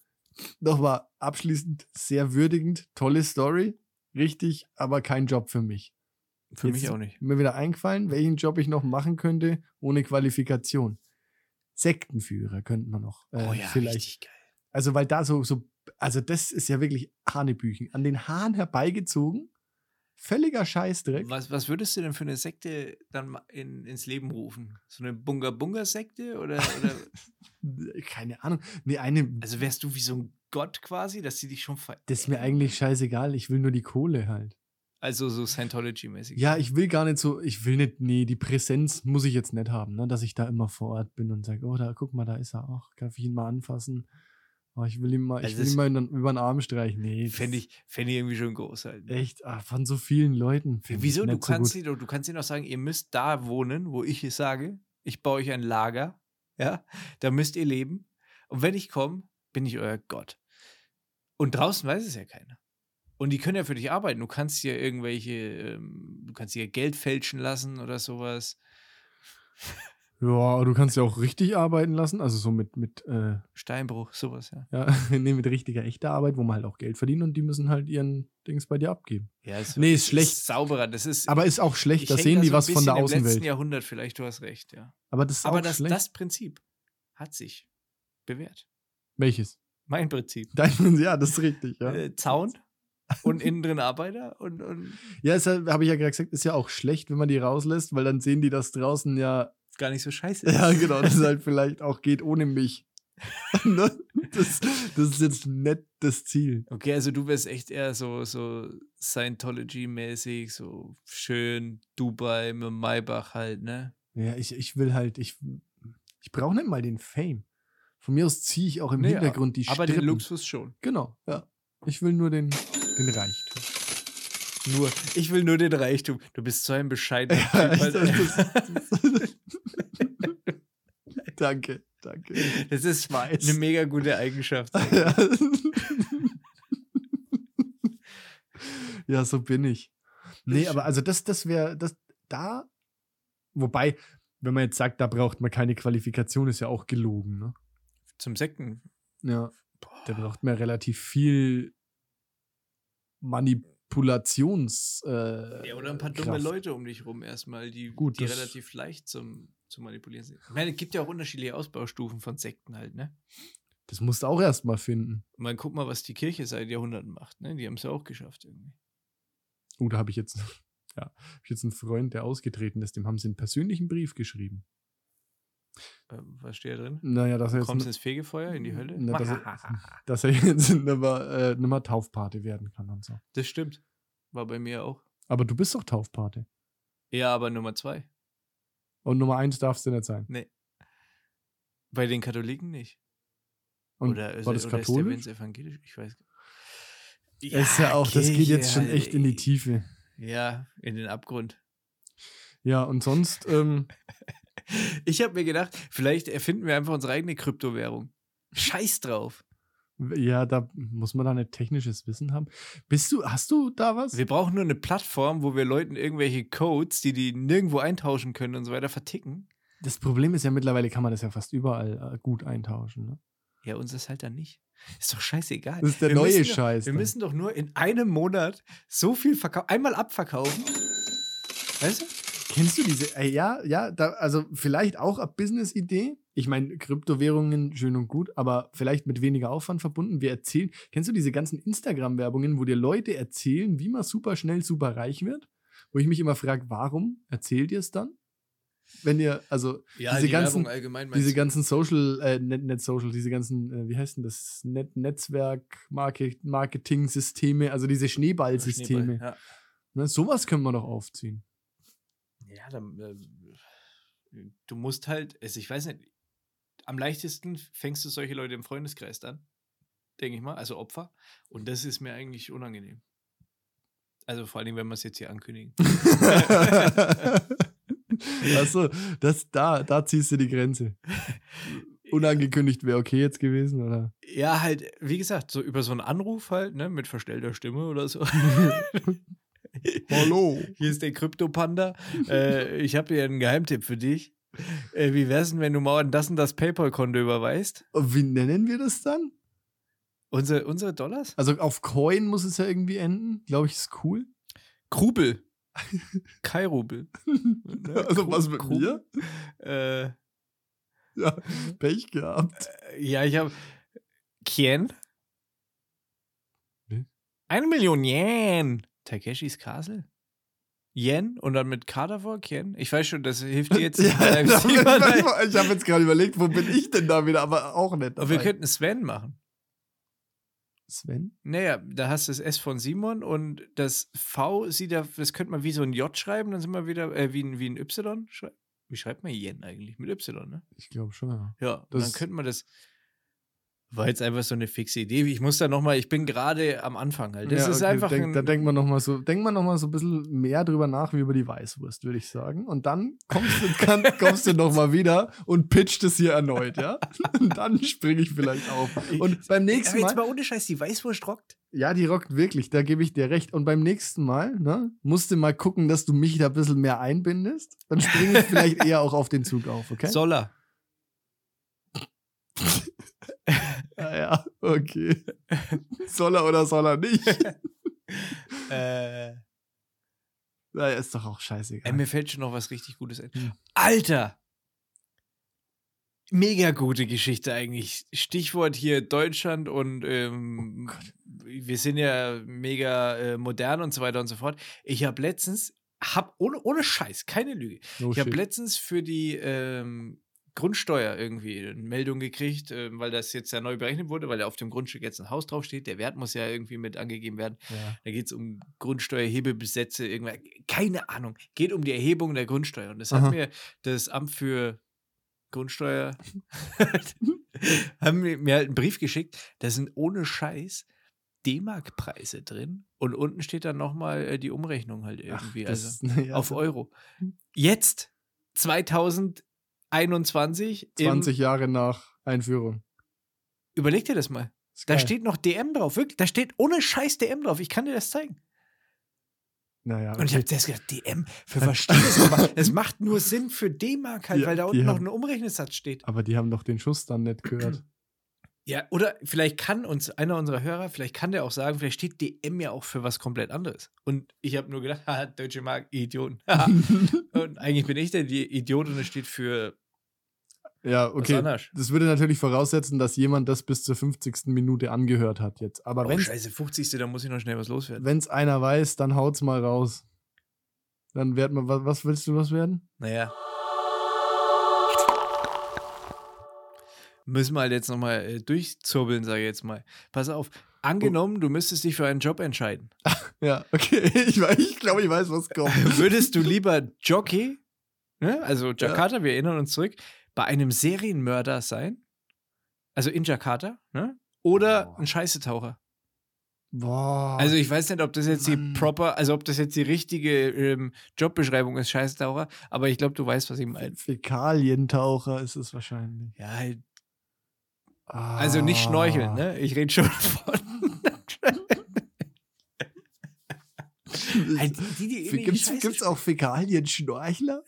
Speaker 2: nochmal abschließend, sehr würdigend, tolle Story, richtig, aber kein Job für mich.
Speaker 1: Für mich
Speaker 2: jetzt-
Speaker 1: auch nicht.
Speaker 2: Mir wieder eingefallen, welchen Job ich noch machen könnte ohne Qualifikation. Sektenführer könnte man noch. Äh, vielleicht.
Speaker 1: Oh geil.
Speaker 2: Also, weil da so, so, also das ist ja wirklich Hanebüchen. An den Haaren herbeigezogen, völliger Scheißdreck.
Speaker 1: Was, was würdest du denn für eine Sekte dann ma- in, ins Leben rufen? So eine Bunga-Bunga-Sekte? Oder, oder
Speaker 2: Äh, Keine Ahnung. Nee, eine,
Speaker 1: also wärst du wie so ein Gott quasi, dass die dich schon ver
Speaker 2: das ist mir eigentlich scheißegal. Ich will nur die Kohle halt.
Speaker 1: Also so Scientology-mäßig.
Speaker 2: Ja, ich will gar nicht so, ich will nicht, nee, die Präsenz muss ich jetzt nicht haben, ne? dass ich da immer vor Ort bin und sage, oh, da, guck mal, da ist er auch, darf ich ihn mal anfassen? Oh, ich will ihn mal,
Speaker 1: Also
Speaker 2: ich will
Speaker 1: das-
Speaker 2: ihn mal in, über den Arm streichen. Nee, das
Speaker 1: Fände ich, fänd ich irgendwie schon groß halt. ne?
Speaker 2: Echt, ah, von so vielen Leuten. find ich
Speaker 1: Wieso? Du
Speaker 2: nicht so
Speaker 1: kannst,
Speaker 2: gut.
Speaker 1: sie doch, du kannst ihnen doch sagen, ihr müsst da wohnen, wo ich es sage. Ich baue euch ein Lager. Ja, da müsst ihr leben. Und wenn ich komme, bin ich euer Gott. Und draußen weiß es ja keiner. Und die können ja für dich arbeiten. Du kannst hier irgendwelche, ähm, du kannst hier Geld fälschen lassen oder sowas.
Speaker 2: Ja, du kannst ja auch richtig arbeiten lassen, also so mit, mit, äh,
Speaker 1: Steinbruch, sowas, ja.
Speaker 2: ja, nee, mit richtiger, echter Arbeit, wo man halt auch Geld verdient und die müssen halt ihren Dings bei dir abgeben.
Speaker 1: Ja, ist,
Speaker 2: Nee, ist schlecht.
Speaker 1: sauberer. Das ist.
Speaker 2: Aber ist auch
Speaker 1: ich
Speaker 2: schlecht, da
Speaker 1: häng
Speaker 2: sehen die
Speaker 1: so ein
Speaker 2: was von der
Speaker 1: bisschen Im letzten
Speaker 2: Außenwelt.
Speaker 1: Jahrhundert vielleicht, du hast recht, ja.
Speaker 2: Aber das ist
Speaker 1: Aber
Speaker 2: auch
Speaker 1: das,
Speaker 2: schlecht.
Speaker 1: das Prinzip hat sich bewährt.
Speaker 2: Welches?
Speaker 1: Mein Prinzip.
Speaker 2: Dein, ja, das ist richtig, ja.
Speaker 1: äh, Zaun und innen drin Arbeiter und, und
Speaker 2: Ja, ist ja, habe ich ja gerade gesagt, ist ja auch schlecht, wenn man die rauslässt, weil dann sehen die das draußen ja.
Speaker 1: gar nicht so scheiße ist.
Speaker 2: Ja, genau, das halt vielleicht auch geht ohne mich. Ne? das, das ist jetzt nicht das Ziel.
Speaker 1: Okay, also du wärst echt eher so, so Scientology-mäßig, so schön Dubai mit dem Maybach halt, ne?
Speaker 2: Ja, ich, ich will halt, ich, ich brauche nicht mal den Fame. Von mir aus ziehe ich auch im
Speaker 3: Nee,
Speaker 2: Hintergrund die
Speaker 3: Aber den
Speaker 2: Strippen.
Speaker 3: Luxus schon.
Speaker 2: Genau, ja. Ich will nur den, den Reichtum.
Speaker 1: Nur, ich will nur den Reichtum. Du bist so ein bescheidener
Speaker 2: Ja,
Speaker 1: Typ. Alter.
Speaker 2: das- danke, danke.
Speaker 1: Das ist
Speaker 2: weiß.
Speaker 1: eine mega gute Eigenschaft.
Speaker 2: Ja. ja, so bin ich. Nee, aber also das, das wäre, das da, wobei, wenn man jetzt sagt, da braucht man keine Qualifikation, ist ja auch gelogen, ne?
Speaker 1: Zum Sekten.
Speaker 2: Ja.
Speaker 1: Boah.
Speaker 2: Da braucht man relativ viel Manipulations. Äh,
Speaker 1: Ja, oder ein paar dumme
Speaker 2: Kraft.
Speaker 1: Leute um dich rum erstmal, die,
Speaker 2: Gut,
Speaker 1: die
Speaker 2: das-
Speaker 1: relativ leicht zum, zu manipulieren sind. Ich meine, es gibt ja auch unterschiedliche Ausbaustufen von Sekten halt, ne?
Speaker 2: Das musst du auch erstmal finden.
Speaker 1: Und man guckt mal, was die Kirche seit Jahrhunderten macht, ne? Die haben es ja auch geschafft irgendwie.
Speaker 2: Oh, da habe ich jetzt, ja, hab ich jetzt einen Freund, der ausgetreten ist, dem haben sie einen persönlichen Brief geschrieben.
Speaker 1: Ähm, was steht da drin?
Speaker 2: Naja, dass er jetzt.
Speaker 1: Kommst du ins Fegefeuer, in die Hölle?
Speaker 2: Na, Ne, dass, er, dass er jetzt nimmer, äh, nimmer Taufpate werden kann und so.
Speaker 1: Das stimmt. War bei mir auch.
Speaker 2: Aber du bist doch Taufpate.
Speaker 1: Ja, aber Nummer zwei.
Speaker 2: Und Nummer eins darfst du nicht sein.
Speaker 1: Bei den Katholiken nicht.
Speaker 2: Und
Speaker 1: oder
Speaker 2: war das
Speaker 1: oder ist der Vince
Speaker 2: katholisch?
Speaker 1: evangelisch? Ich weiß nicht.
Speaker 2: ist ja auch, das geht
Speaker 1: Kirche
Speaker 2: jetzt schon
Speaker 1: halt,
Speaker 2: echt in die
Speaker 1: ey.
Speaker 2: Tiefe.
Speaker 1: Ja, in den Abgrund.
Speaker 2: Ja, und sonst, ähm,
Speaker 1: Ich habe mir gedacht, vielleicht erfinden wir einfach unsere eigene Kryptowährung. Scheiß drauf.
Speaker 2: ja, da muss man da nicht technisches Wissen haben. Bist du, hast du da was?
Speaker 1: Wir brauchen nur eine Plattform, wo wir Leuten irgendwelche Codes, die die nirgendwo eintauschen können und so weiter, verticken.
Speaker 2: Das Problem ist ja mittlerweile, kann man das ja fast überall äh, gut eintauschen. Ne?
Speaker 1: Ja, uns ist halt dann nicht. Ist doch scheißegal.
Speaker 2: Das ist der
Speaker 1: Wir
Speaker 2: neue
Speaker 1: müssen,
Speaker 2: Scheiß.
Speaker 1: Wir
Speaker 2: dann.
Speaker 1: müssen doch nur in einem Monat so viel verkaufen, einmal abverkaufen. Weißt du?
Speaker 2: Kennst du diese? Ey, ja, ja, da, also vielleicht auch eine Business-Idee. Ich meine, Kryptowährungen schön und gut, aber vielleicht mit weniger Aufwand verbunden. Wir erzählen, kennst du diese ganzen Instagram-Werbungen, wo dir Leute erzählen, wie man super schnell super reich wird? Wo ich mich immer frage, warum erzählt ihr es dann? Wenn ihr, also
Speaker 1: Ja,
Speaker 2: Diese die ganzen- Werbung
Speaker 1: allgemein.
Speaker 2: diese ganzen Social, äh, net, net Social, diese ganzen, äh, wie heißt denn das? Net Netzwerk, Market Marketing-Systeme, also diese Schneeballsysteme.
Speaker 1: Ja,
Speaker 2: Ne, sowas können wir doch aufziehen.
Speaker 1: ja dann, äh, du musst halt, also ich weiß nicht, am leichtesten fängst du solche Leute im Freundeskreis an, denke ich mal, also Opfer. Und das ist mir eigentlich unangenehm. Also vor allem, wenn wir es jetzt hier ankündigen.
Speaker 2: Achso, das, da, da ziehst du die Grenze. Unangekündigt wäre okay jetzt gewesen, oder?
Speaker 1: Ja, halt, wie gesagt, so über so einen Anruf halt, ne, mit verstellter Stimme oder so.
Speaker 2: Hallo.
Speaker 1: Hier ist der Krypto-Panda. äh, ich habe hier einen Geheimtipp für dich. Äh, wie wär's denn, wenn du mal an das und das PayPal-Konto überweist?
Speaker 2: Und wie nennen wir das dann?
Speaker 1: Unsere, unsere Dollars?
Speaker 2: Also auf Coin muss es ja irgendwie enden. Glaube ich, ist cool.
Speaker 1: Krubel. Kai Rubel.
Speaker 2: Also was mit mir?
Speaker 1: Äh,
Speaker 2: Ja, Pech gehabt.
Speaker 1: ja, ich habe Kien.
Speaker 2: Nee.
Speaker 1: Eine Million Yen. Takeshis Castle. Yen und dann mit K davor, Kien. Ich weiß schon, das hilft dir jetzt.
Speaker 2: Ja,
Speaker 1: nicht, weil
Speaker 2: da-
Speaker 1: das jemand-
Speaker 2: ich habe jetzt gerade überlegt, wo bin ich denn da wieder, aber auch nicht.
Speaker 1: Aber wir
Speaker 2: dabei.
Speaker 1: könnten Sven machen.
Speaker 2: Sven?
Speaker 1: Naja, da hast du das S von Simon und das V sieht da, das könnte man wie so ein J schreiben, dann sind wir wieder, äh, wie, ein, wie ein Y. Schrei wie schreibt man Yen eigentlich? Mit Y, ne?
Speaker 2: Ich glaube schon, ja.
Speaker 1: Ja, und
Speaker 2: Das-
Speaker 1: dann könnte man das. War jetzt einfach so eine fixe Idee. Ich muss da nochmal, ich bin gerade am Anfang halt. Das
Speaker 2: Ja,
Speaker 1: ist
Speaker 2: okay,
Speaker 1: einfach.
Speaker 2: Denk,
Speaker 1: ein,
Speaker 2: da denkt man nochmal so, denkt man noch mal so ein bisschen mehr drüber nach, wie über die Weißwurst, würde ich sagen. Und dann kommst du, kann, kommst du nochmal wieder und pitcht es hier erneut, ja? Und dann springe ich vielleicht auf. Und beim
Speaker 1: aber
Speaker 2: nächsten
Speaker 1: jetzt
Speaker 2: Mal,
Speaker 1: mal ohne Scheiß, die Weißwurst rockt.
Speaker 2: ja, die rockt wirklich, da gebe ich dir recht. Und beim nächsten Mal, ne, musst du mal gucken, dass du mich da ein bisschen mehr einbindest. Dann springe ich vielleicht eher auch auf den Zug auf, okay?
Speaker 1: Soller.
Speaker 2: Ja, ja, okay. Soll er oder soll er nicht?
Speaker 1: Äh,
Speaker 2: Naja, ist doch auch scheißegal.
Speaker 1: ey, mir fällt schon noch was richtig Gutes ein.
Speaker 2: Hm.
Speaker 1: Alter! Mega gute Geschichte eigentlich. Stichwort hier Deutschland und ähm, wir sind ja mega äh, modern und so weiter und so fort. Ich habe letztens, hab ohne, ohne Scheiß, keine Lüge,
Speaker 2: No
Speaker 1: ich habe
Speaker 2: shit.
Speaker 1: letztens für die ähm, Grundsteuer irgendwie eine Meldung gekriegt, ähm, weil das jetzt ja neu berechnet wurde, weil ja auf dem Grundstück jetzt ein Haus draufsteht. Der Wert muss ja irgendwie mit angegeben werden.
Speaker 2: ja.
Speaker 1: Da geht es um Grundsteuerhebebesätze, irgendwann, keine Ahnung. Geht um die Erhebung der Grundsteuer. Und das
Speaker 2: Aha.
Speaker 1: hat mir das Amt für Grundsteuer, haben mir mir halt einen Brief geschickt. Da sind ohne Scheiß D-Mark-Preise drin. Und unten steht dann nochmal die Umrechnung halt irgendwie.
Speaker 2: das Mhm.
Speaker 1: also
Speaker 2: ist- naja,
Speaker 1: auf Euro. Jetzt, 2021, im-
Speaker 2: 20 Jahre nach Einführung.
Speaker 1: überleg dir das mal.
Speaker 2: Ist
Speaker 1: Da
Speaker 2: geil.
Speaker 1: steht noch DM drauf, wirklich. Da steht ohne Scheiß DM drauf. Ich kann dir das zeigen.
Speaker 2: Naja,
Speaker 1: Und ich habe zuerst gedacht, DM, für was steht das? Aber es macht nur Sinn für D-Mark halt,
Speaker 2: Ja,
Speaker 1: weil da
Speaker 2: die
Speaker 1: unten noch
Speaker 2: haben-
Speaker 1: ein Umrechnungssatz steht.
Speaker 2: aber die haben doch den Schuss dann nicht gehört.
Speaker 1: Ja, oder vielleicht kann uns einer unserer Hörer, vielleicht kann der auch sagen, vielleicht steht DM ja auch für was komplett anderes. Und ich habe nur gedacht, haha, Deutsche Mark, Idioten. Und eigentlich bin ich der die Idiot und es steht für
Speaker 2: ja,
Speaker 1: was
Speaker 2: okay.
Speaker 1: anderes.
Speaker 2: Das würde natürlich voraussetzen, dass jemand das bis zur 50. Minute angehört hat jetzt. Aber
Speaker 1: Oh,
Speaker 2: wenn's
Speaker 1: scheiße, 50. Da muss ich noch schnell was loswerden.
Speaker 2: wenn es einer weiß, dann haut's mal raus. Dann wird man, was, was willst du loswerden?
Speaker 1: Naja. Müssen wir halt jetzt nochmal äh, durchzurbeln, sage ich jetzt mal. Pass auf, angenommen, du müsstest dich für einen Job entscheiden.
Speaker 2: Ja, okay, ich, wei- ich glaube, ich weiß, was kommt.
Speaker 1: Würdest du lieber Jockey, ne? also Jakarta, wir erinnern uns zurück, bei einem Serienmörder sein? Also in Jakarta, ne? Oder
Speaker 2: Boah.
Speaker 1: ein Scheißetaucher?
Speaker 2: Boah.
Speaker 1: Also ich weiß nicht, ob das jetzt
Speaker 2: Mann.
Speaker 1: die proper, also ob das jetzt die richtige ähm, Jobbeschreibung ist, Scheißetaucher, aber ich glaube, du weißt, was ich meine.
Speaker 2: Fäkalientaucher ist es wahrscheinlich.
Speaker 1: Ja, halt
Speaker 2: Ah.
Speaker 1: Also nicht schnorcheln, ne? Ich rede schon von.
Speaker 2: Ah.
Speaker 1: Halt, die, die ähnliche
Speaker 2: Also, Gibt's,
Speaker 1: Scheiße
Speaker 2: gibt's auch Fäkalien-Schnorchler?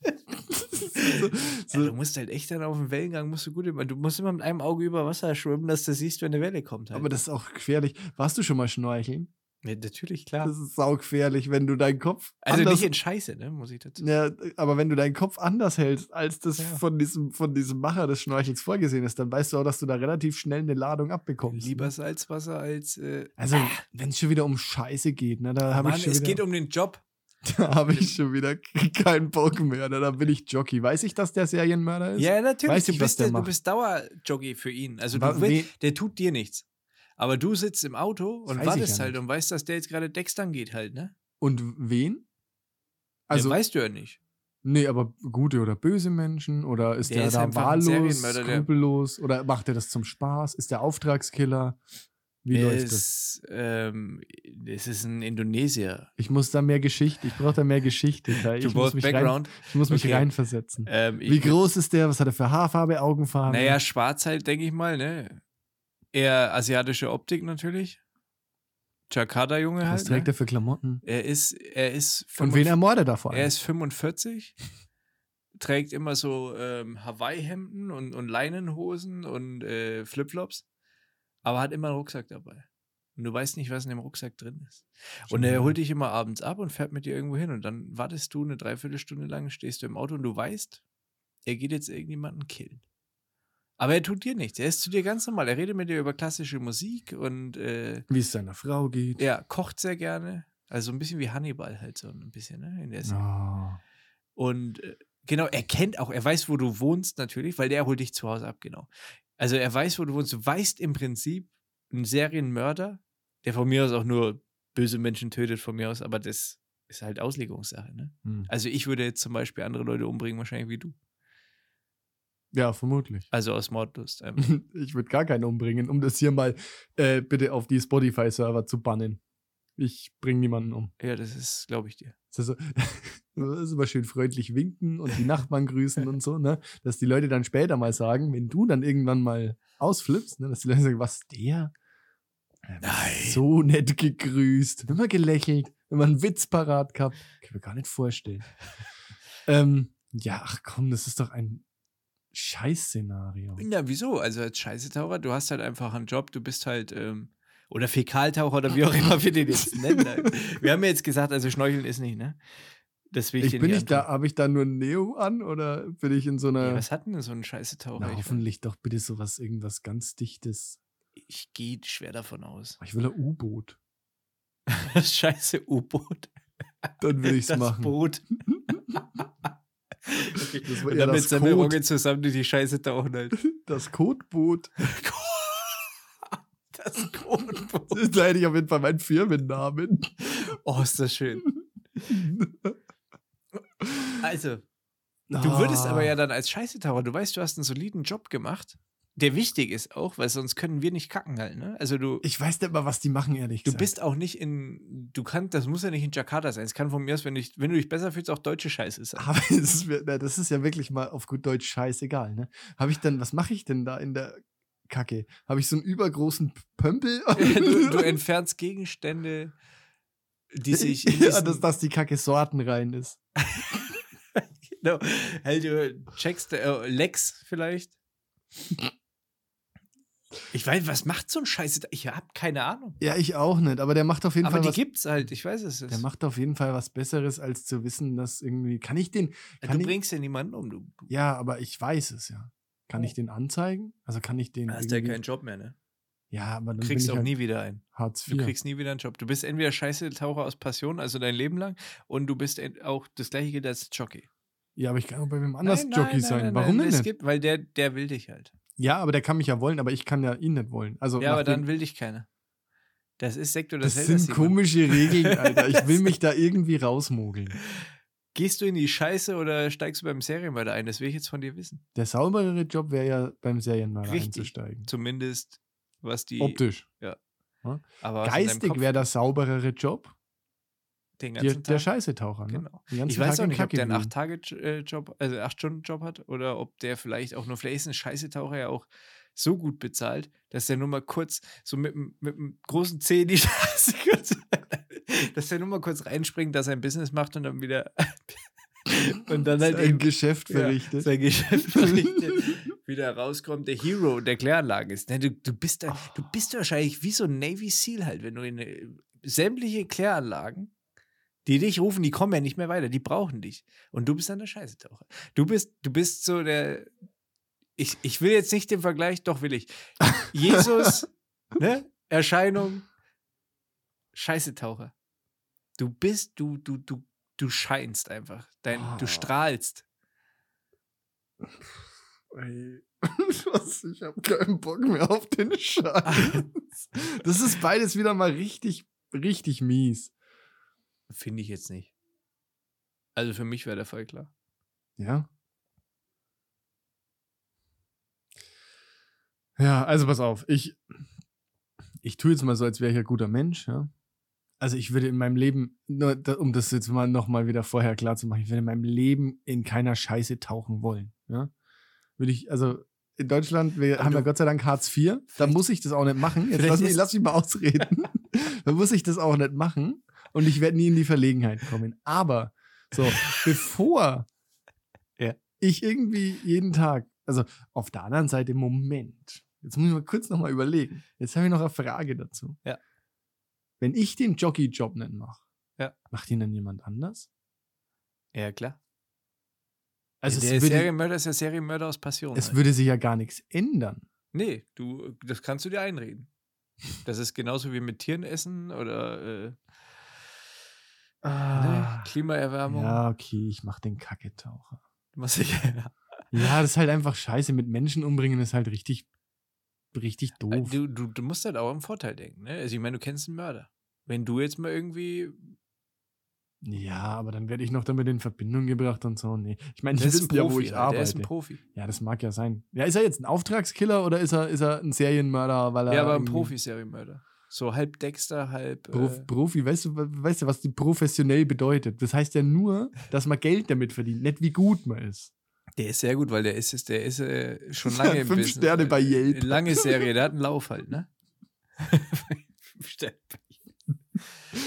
Speaker 2: so,
Speaker 1: Ja,
Speaker 2: so,
Speaker 1: du musst halt echt dann auf dem Wellengang, musst du gut immer, du musst immer mit einem Auge über Wasser schwimmen, dass du siehst, wenn eine Welle kommt. Halt.
Speaker 2: aber das ist auch gefährlich. Warst du schon mal schnorcheln?
Speaker 1: ja, natürlich, klar.
Speaker 2: Das ist saugefährlich, wenn du deinen Kopf
Speaker 1: also
Speaker 2: anders
Speaker 1: nicht in Scheiße, ne, muss ich dazu
Speaker 2: Ja, aber wenn du deinen Kopf anders hältst, als das
Speaker 1: Ja.
Speaker 2: von, diesem, von diesem Macher des Schnorchels vorgesehen ist, dann weißt du auch, dass du da relativ schnell eine Ladung
Speaker 1: sagen.
Speaker 2: abbekommst.
Speaker 1: Lieber Salzwasser als. Äh,
Speaker 2: Also, wenn es schon wieder um Scheiße geht, ne, da habe
Speaker 1: Mann,
Speaker 2: ich, schon
Speaker 1: es geht
Speaker 2: wieder-
Speaker 1: um den Job.
Speaker 2: da hab ich schon wieder keinen Bock mehr. Ne, da bin ich Jockey. Weiß ich, dass der Serienmörder ist?
Speaker 1: Ja, natürlich.
Speaker 2: Weißt du,
Speaker 1: du,
Speaker 2: was
Speaker 1: bist
Speaker 2: der
Speaker 1: der, du
Speaker 2: macht?
Speaker 1: bist Dauerjockey für ihn. Also
Speaker 2: Wa-
Speaker 1: du willst,
Speaker 2: we-
Speaker 1: der tut dir nichts. Aber du sitzt im Auto
Speaker 2: Das
Speaker 1: und
Speaker 2: weiß ich
Speaker 1: wartest
Speaker 2: ja
Speaker 1: halt
Speaker 2: nicht.
Speaker 1: und weißt, dass der jetzt gerade Dextern geht halt, ne?
Speaker 2: Und wen?
Speaker 1: Also
Speaker 2: Also,
Speaker 1: weißt du ja nicht.
Speaker 2: nee, aber gute oder böse Menschen? Oder ist
Speaker 1: Der
Speaker 2: der,
Speaker 1: ist
Speaker 2: da
Speaker 1: einfach ein
Speaker 2: wahllos,
Speaker 1: Serienmörder, der-
Speaker 2: skrupellos? Oder macht er das zum Spaß? Ist der Auftragskiller? Wie läuft das?
Speaker 1: es, ähm, es ist ein Indonesier.
Speaker 2: Ich muss da mehr Geschichte, ich brauche da mehr Geschichte. Kai.
Speaker 1: Du
Speaker 2: ich muss
Speaker 1: brauchst
Speaker 2: mich
Speaker 1: Background.
Speaker 2: Rein, ich muss mich
Speaker 1: Okay.
Speaker 2: reinversetzen.
Speaker 1: Ähm,
Speaker 2: Wie
Speaker 1: ich-
Speaker 2: groß ist der? Was hat er für Haarfarbe, Augenfarbe?
Speaker 1: Naja, schwarz halt, denke ich mal, ne? Eher asiatische Optik natürlich. Jakarta-Junge
Speaker 2: was
Speaker 1: halt.
Speaker 2: trägt
Speaker 1: Ne?
Speaker 2: er für Klamotten?
Speaker 1: Er ist, er ist,
Speaker 2: Und wen
Speaker 1: 45
Speaker 2: ermordet er vor allem?
Speaker 1: er ist 45, trägt immer so ähm, Hawaii-Hemden und, und Leinenhosen und äh, Flipflops, aber hat immer einen Rucksack dabei. Und du weißt nicht, was in dem Rucksack drin ist. Und er holt dich immer abends ab und fährt mit dir irgendwo hin. Und dann wartest du eine Dreiviertelstunde lang, stehst du im Auto und du weißt, er geht jetzt irgendjemanden killen. Aber er tut dir nichts. Er ist zu dir ganz normal. Er redet mit dir über klassische Musik und äh,
Speaker 2: Wie es seiner Frau geht.
Speaker 1: er kocht sehr gerne. Also so ein bisschen wie Hannibal halt so ein bisschen, ne? In der Serie.
Speaker 2: Ah.
Speaker 1: Und äh, genau, er kennt auch, er weiß, wo du wohnst natürlich, weil der holt dich zu Hause ab, genau. Also er weiß, wo du wohnst. Du weißt im Prinzip einen Serienmörder, der von mir aus auch nur böse Menschen tötet, von mir aus, aber das ist halt Auslegungssache, ne?
Speaker 2: Hm.
Speaker 1: Also ich würde jetzt zum Beispiel andere Leute umbringen, wahrscheinlich wie du.
Speaker 2: Ja, vermutlich.
Speaker 1: Also aus Mordlust. Einfach.
Speaker 2: Ich würde gar keinen umbringen, um das hier mal äh, bitte auf die Spotify-Server zu bannen. Ich bringe niemanden um.
Speaker 1: ja, das ist, glaube ich dir.
Speaker 2: Das ist, so, das ist immer schön freundlich winken und die Nachbarn grüßen und so, ne? Dass die Leute dann später mal sagen, wenn du dann irgendwann mal ausflippst, ne? dass die Leute sagen, was der? Er hat
Speaker 1: Nein.
Speaker 2: So nett gegrüßt, immer gelächelt, immer einen Witz parat gehabt. Kann ich mir gar nicht vorstellen. ähm, ja, ach komm, das ist doch ein Scheißszenario.
Speaker 1: Ja, wieso? Also als Scheißetaucher, du hast halt einfach einen Job, du bist halt, ähm, oder Fäkaltaucher oder wie auch immer wir den jetzt nennen. halt. Wir haben ja jetzt gesagt, also Schnorcheln ist nicht, ne? Das will ich,
Speaker 2: Ich
Speaker 1: dir
Speaker 2: bin
Speaker 1: nicht
Speaker 2: ich da,
Speaker 1: antun.
Speaker 2: habe ich da nur ein Neo an oder bin ich in so
Speaker 1: Ja,
Speaker 2: einer.
Speaker 1: was hat denn so ein Scheißetaucher?
Speaker 2: na, hoffentlich doch bitte sowas, irgendwas ganz Dichtes.
Speaker 1: Ich, ich gehe schwer davon aus.
Speaker 2: Oh, Ich will ein U-Boot.
Speaker 1: Das scheiße U-Boot.
Speaker 2: Dann will ich es
Speaker 1: das
Speaker 2: machen.
Speaker 1: Boot.
Speaker 2: Das war
Speaker 1: Und
Speaker 2: eher
Speaker 1: dann mit
Speaker 2: das
Speaker 1: Semmelrogge
Speaker 2: Code,
Speaker 1: zusammen durch die Scheiße tauchen halt.
Speaker 2: das Codeboot.
Speaker 1: Das Kronboot.
Speaker 2: Da hätte ich auf jeden Fall meinen Firmennamen.
Speaker 1: Oh, ist das schön. Also, Du würdest
Speaker 2: Ah.
Speaker 1: aber ja dann als Scheiße Tower, du weißt, du hast einen soliden Job gemacht, der wichtig ist auch, weil sonst können wir nicht kacken halt, ne? Also du,
Speaker 2: Ich weiß nicht mal, was die machen, ehrlich
Speaker 1: du
Speaker 2: gesagt.
Speaker 1: bist auch nicht in, du kannst, das muss ja nicht in Jakarta sein. Es kann von mir aus, wenn, ich, wenn du dich besser fühlst, auch deutsche Scheiße sein.
Speaker 2: Aber das ist, mir, na, das ist ja wirklich mal auf gut Deutsch scheißegal, ne? Habe ich dann, was mache ich denn da in der Kacke? Habe ich so einen übergroßen Pömpel?
Speaker 1: Du, du entfernst Gegenstände, die sich in
Speaker 2: ja,
Speaker 1: diesen-
Speaker 2: dass, dass die Kacke sortenrein ist.
Speaker 1: Genau. Halt, du checkst äh, Lex vielleicht. Ich weiß, was macht so ein Scheiße? da- Ich hab keine Ahnung.
Speaker 2: Ja, ich auch nicht, aber der macht auf jeden
Speaker 1: Aber
Speaker 2: Fall
Speaker 1: die
Speaker 2: was.
Speaker 1: gibt's halt, ich weiß es.
Speaker 2: Der
Speaker 1: Ist.
Speaker 2: macht auf jeden Fall was Besseres, als zu wissen, dass irgendwie. Kann ich den. kann
Speaker 1: du
Speaker 2: ich-
Speaker 1: bringst ja niemanden um. Du, du
Speaker 2: Ja, aber ich weiß es ja. Kann
Speaker 1: Oh.
Speaker 2: ich den anzeigen? Also kann ich den.
Speaker 1: hast ja
Speaker 2: irgendwie-
Speaker 1: keinen Job mehr, ne?
Speaker 2: ja, aber dann
Speaker 1: Du
Speaker 2: bin
Speaker 1: kriegst
Speaker 2: ich
Speaker 1: auch
Speaker 2: halt
Speaker 1: nie wieder einen.
Speaker 2: Hartz
Speaker 1: Du
Speaker 2: IV.
Speaker 1: kriegst nie wieder einen Job. Du bist entweder Scheiße-Taucher aus Passion, also dein Leben lang, und du bist en- auch das gleiche gilt als Jockey.
Speaker 2: Ja, aber ich kann auch bei wem anders
Speaker 1: Nein, nein,
Speaker 2: Jockey
Speaker 1: nein,
Speaker 2: sein.
Speaker 1: nein,
Speaker 2: Warum
Speaker 1: nein,
Speaker 2: denn
Speaker 1: Es
Speaker 2: nicht?
Speaker 1: gibt, weil der, der will dich halt.
Speaker 2: Ja, aber der kann mich ja wollen, aber ich kann ja ihn nicht wollen. Also
Speaker 1: Ja, aber
Speaker 2: nachdem-
Speaker 1: dann will dich keiner. Das ne? ist Sekt oder
Speaker 2: Das
Speaker 1: Zelda,
Speaker 2: sind
Speaker 1: Simon.
Speaker 2: komische Regeln, Alter. Ich will mich da irgendwie rausmogeln.
Speaker 1: Gehst du in die Scheiße oder steigst du beim Serienmörder ein? Das will ich jetzt von dir wissen.
Speaker 2: Der sauberere Job wäre ja beim Serienmörder
Speaker 1: Richtig.
Speaker 2: einzusteigen.
Speaker 1: Zumindest was die.
Speaker 2: Optisch.
Speaker 1: aber was in deinem
Speaker 2: Geistig
Speaker 1: Kopf
Speaker 2: wäre der sauberere Job
Speaker 1: den
Speaker 2: der,
Speaker 1: ganzen
Speaker 2: der
Speaker 1: Tag.
Speaker 2: Scheißetaucher. Ne?
Speaker 1: Genau.
Speaker 2: Den ganzen
Speaker 1: Ich weiß
Speaker 2: Tag
Speaker 1: auch
Speaker 2: in
Speaker 1: nicht, ob
Speaker 2: Kacke
Speaker 1: der einen
Speaker 2: wühlen.
Speaker 1: 8-Tage-Job, also 8-Stunden-Job hat oder ob der vielleicht auch nur, vielleicht ist ein Scheißetaucher ja auch so gut bezahlt, dass der nur mal kurz so mit, dem- mit einem großen Zeh in die Straße kurz, dass der nur mal kurz reinspringt, dass er ein Business macht und dann wieder und dann halt
Speaker 2: Sein
Speaker 1: eben
Speaker 2: Geschäft
Speaker 1: Ja,
Speaker 2: verrichtet.
Speaker 1: sein Geschäft verrichtet, wieder rauskommt, der Hero der Kläranlage ist. Ne, Du, du, bist da,
Speaker 2: Oh.
Speaker 1: du bist wahrscheinlich wie so ein Navy Seal halt, wenn du in äh, sämtliche Kläranlagen, die dich rufen, die kommen ja nicht mehr weiter, die brauchen dich. Und du bist dann der Scheißetaucher. Du bist, du bist so der. Ich, ich will jetzt nicht den Vergleich, doch will ich. Jesus, ne? Erscheinung, Scheißetaucher. Du bist, du, du, du, du scheinst einfach. Dein,
Speaker 2: Ah.
Speaker 1: Du strahlst.
Speaker 2: Ey, Was, ich habe keinen Bock mehr auf den Scheiß. Das ist beides wieder mal richtig, richtig mies.
Speaker 1: Finde ich jetzt nicht. Also für mich wäre der Fall klar.
Speaker 2: Ja. Ja, also pass auf, ich, ich tue jetzt mal so, als wäre ich ein guter Mensch, ja. Also ich würde in meinem Leben, nur da, um das jetzt mal nochmal wieder vorher klar zu machen, ich würde in meinem Leben in keiner Scheiße tauchen wollen, ja. Würde ich, also in Deutschland, wir
Speaker 1: Aber Ah,
Speaker 2: haben
Speaker 1: du-
Speaker 2: ja Gott sei Dank Hartz IV, da muss ich das auch nicht machen. Jetzt
Speaker 1: Vielleicht
Speaker 2: lass mich,
Speaker 1: ist-
Speaker 2: lass mich mal ausreden. da muss ich das auch nicht machen und ich werde nie in die Verlegenheit kommen. Aber so, bevor ich irgendwie jeden Tag, also auf der anderen Seite, Moment, jetzt muss ich mal kurz nochmal überlegen. Jetzt habe ich noch eine Frage dazu.
Speaker 1: Ja.
Speaker 2: Wenn ich den Jockey-Job nicht mache,
Speaker 1: Ja.
Speaker 2: macht ihn dann jemand anders?
Speaker 1: Ja, klar.
Speaker 2: Also
Speaker 1: der
Speaker 2: es, würde,
Speaker 1: Serienmörder ist der Serienmörder aus Passion.
Speaker 2: es
Speaker 1: halt.
Speaker 2: würde sich ja gar nichts ändern.
Speaker 1: nee, du, das kannst du dir einreden. Das ist genauso wie mit Tieren essen oder äh, ne? Klimaerwärmung.
Speaker 2: Ah, ja, okay, ich mache den Kacketaucher.
Speaker 1: Du machst dich-
Speaker 2: Ja, das ist halt einfach scheiße. Mit Menschen umbringen ist halt richtig, richtig doof.
Speaker 1: Äh, du, du, du musst halt auch am Vorteil denken. Ne? Also ich meine, du kennst einen Mörder. Wenn du jetzt mal irgendwie.
Speaker 2: Ja, aber dann werde ich noch damit in Verbindung gebracht und so. Nee. Ich meine,
Speaker 1: Der
Speaker 2: die
Speaker 1: ist ein
Speaker 2: wissen
Speaker 1: Profi.
Speaker 2: ja, wo ich
Speaker 1: Alter, der ist
Speaker 2: arbeite.
Speaker 1: ein Profi.
Speaker 2: Ja, das mag ja sein. Ja, ist er jetzt ein Auftragskiller oder ist er, ist er ein Serienmörder? Weil er
Speaker 1: Ja, aber ein
Speaker 2: irgendwie-
Speaker 1: Profi-Serienmörder. So halb Dexter, halb.
Speaker 2: Prof,
Speaker 1: äh,
Speaker 2: Profi, weißt du, we- weißt du, was die professionell bedeutet? Das heißt ja nur, dass man Geld damit verdient, nicht wie gut man ist.
Speaker 1: Der ist sehr gut, weil der ist, ist der ist äh, schon lange im
Speaker 2: Fünf
Speaker 1: Business. ne?
Speaker 2: Sterne bei Yelp.
Speaker 1: Lange Serie, der hat einen Lauf halt, ne? Fünf Sterne bei Yelp.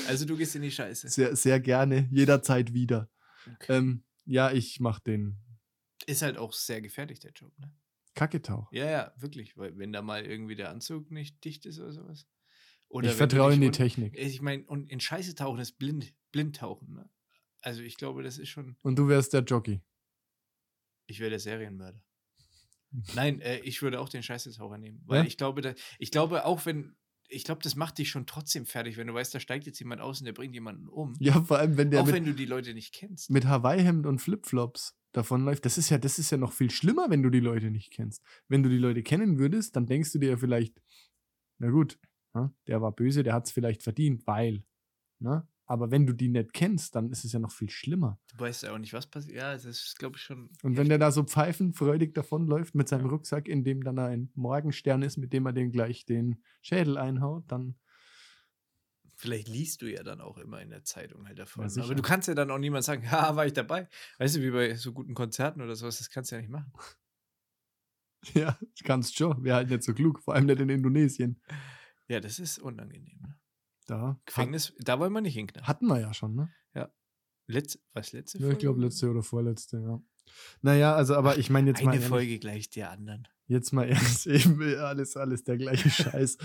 Speaker 1: Also du gehst in die Scheiße.
Speaker 2: Sehr, sehr gerne, jederzeit wieder.
Speaker 1: Okay.
Speaker 2: Ähm, ja, ich mach den
Speaker 1: Ist halt auch sehr gefährlich, der Job, ne?
Speaker 2: Kacketauch.
Speaker 1: Ja, ja, wirklich. Weil wenn da mal irgendwie der Anzug nicht dicht ist oder sowas. Oder
Speaker 2: Ich
Speaker 1: wenn du
Speaker 2: vertraue in
Speaker 1: dich
Speaker 2: die
Speaker 1: un-
Speaker 2: Technik.
Speaker 1: Ich meine, und in Scheiße tauchen ist blind, blind tauchen, ne? Also ich glaube, das ist schon.
Speaker 2: Und du wärst der Jockey.
Speaker 1: Ich wäre der Serienmörder. Nein, äh, ich würde auch den Scheißetaucher nehmen. Weil
Speaker 2: Ja?
Speaker 1: ich glaube, da, ich glaube, auch wenn, ich glaube, das macht dich schon trotzdem fertig, wenn du weißt, da steigt jetzt jemand aus und der bringt jemanden um.
Speaker 2: Ja, vor allem, wenn der
Speaker 1: auch
Speaker 2: mit,
Speaker 1: wenn du die Leute nicht kennst.
Speaker 2: mit Hawaii-Hemd und Flipflops davonläuft, das ist ja, das ist ja noch viel schlimmer, wenn du die Leute nicht kennst. Wenn du die Leute kennen würdest, dann denkst du dir ja vielleicht, na gut, ne, der war böse, der hat es vielleicht verdient, weil. Ne? Aber wenn du die nicht kennst, dann ist es ja noch viel schlimmer.
Speaker 1: Du weißt ja auch nicht, was passiert. Ja, das ist, glaube ich, schon.
Speaker 2: Und wenn der da so pfeifenfreudig davonläuft mit seinem Rucksack, in dem dann ein Morgenstern ist, mit dem er den gleich den Schädel einhaut, dann
Speaker 1: Vielleicht liest du ja dann auch immer in der Zeitung halt davon.
Speaker 2: Ja, sicher.
Speaker 1: Aber du kannst ja dann auch niemand sagen, ha, war ich dabei. Weißt du, wie bei so guten Konzerten oder sowas, das kannst du ja nicht machen.
Speaker 2: ja, kannst schon. Wäre halt nicht so klug, vor allem nicht in Indonesien.
Speaker 1: Ja, das ist unangenehm. Ne?
Speaker 2: Da
Speaker 1: Gefängnis, da wollen wir nicht hinknallen.
Speaker 2: hatten wir ja schon, ne?
Speaker 1: Letz, was, letzte
Speaker 2: Ja, ich glaube letzte oder vorletzte, ja. Naja, also aber ich meine jetzt
Speaker 1: Eine
Speaker 2: mal ehrlich,
Speaker 1: Folge gleich der anderen.
Speaker 2: jetzt mal erst eben alles alles der gleiche Scheiß,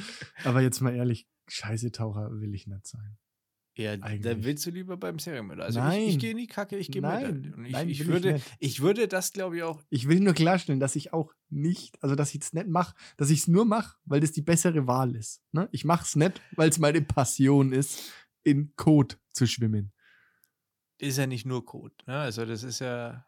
Speaker 2: aber jetzt mal ehrlich, Scheiße Taucher will ich nicht sein.
Speaker 1: Ja, dann
Speaker 2: Eigentlich.
Speaker 1: willst du lieber beim Serienmörder. Also
Speaker 2: Nein.
Speaker 1: ich, ich gehe in die Kacke, ich gehe
Speaker 2: Nein,
Speaker 1: mit. Und ich,
Speaker 2: nein,
Speaker 1: ich,
Speaker 2: will ich
Speaker 1: würde, ich,
Speaker 2: nicht.
Speaker 1: würde das, glaube ich, auch.
Speaker 2: Ich will nur klarstellen, dass ich auch nicht, also dass ich es nicht mache, dass ich es nur mache, weil das die bessere Wahl ist. Ne? Ich mache es nicht, weil es meine Passion ist, in Kot zu schwimmen.
Speaker 1: Ist ja nicht nur Code. Ne? Also das ist ja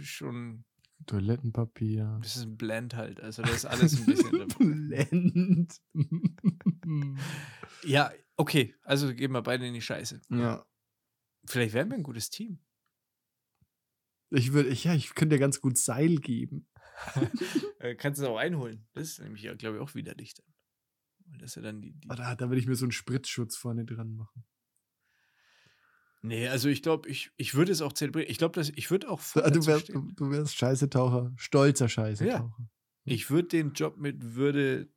Speaker 1: schon,
Speaker 2: Toilettenpapier.
Speaker 1: das ist ein Blend halt. Also das ist alles ein bisschen. drin.
Speaker 2: Blend.
Speaker 1: ja, okay. Also gehen wir beide in die Scheiße.
Speaker 2: ja.
Speaker 1: Vielleicht wären wir ein gutes Team.
Speaker 2: Ich würde, ich, ja, ich könnte dir ganz gut Seil geben.
Speaker 1: Äh, Kannst du es auch einholen. Das ist nämlich, glaube ich, auch widerlich dann. Weil das ja dann die. die
Speaker 2: Oder Ah, da würde ich mir so einen Spritzschutz vorne dran machen.
Speaker 1: nee, also ich glaube, ich, ich würde es auch zelebrieren. Ich glaube, dass- ich würde auch. voll
Speaker 2: Also Ah, Du
Speaker 1: dazu
Speaker 2: wärst,
Speaker 1: stehen.
Speaker 2: du, du wärst Scheißetaucher, stolzer Scheißetaucher.
Speaker 1: Ich würde den Job mit Würde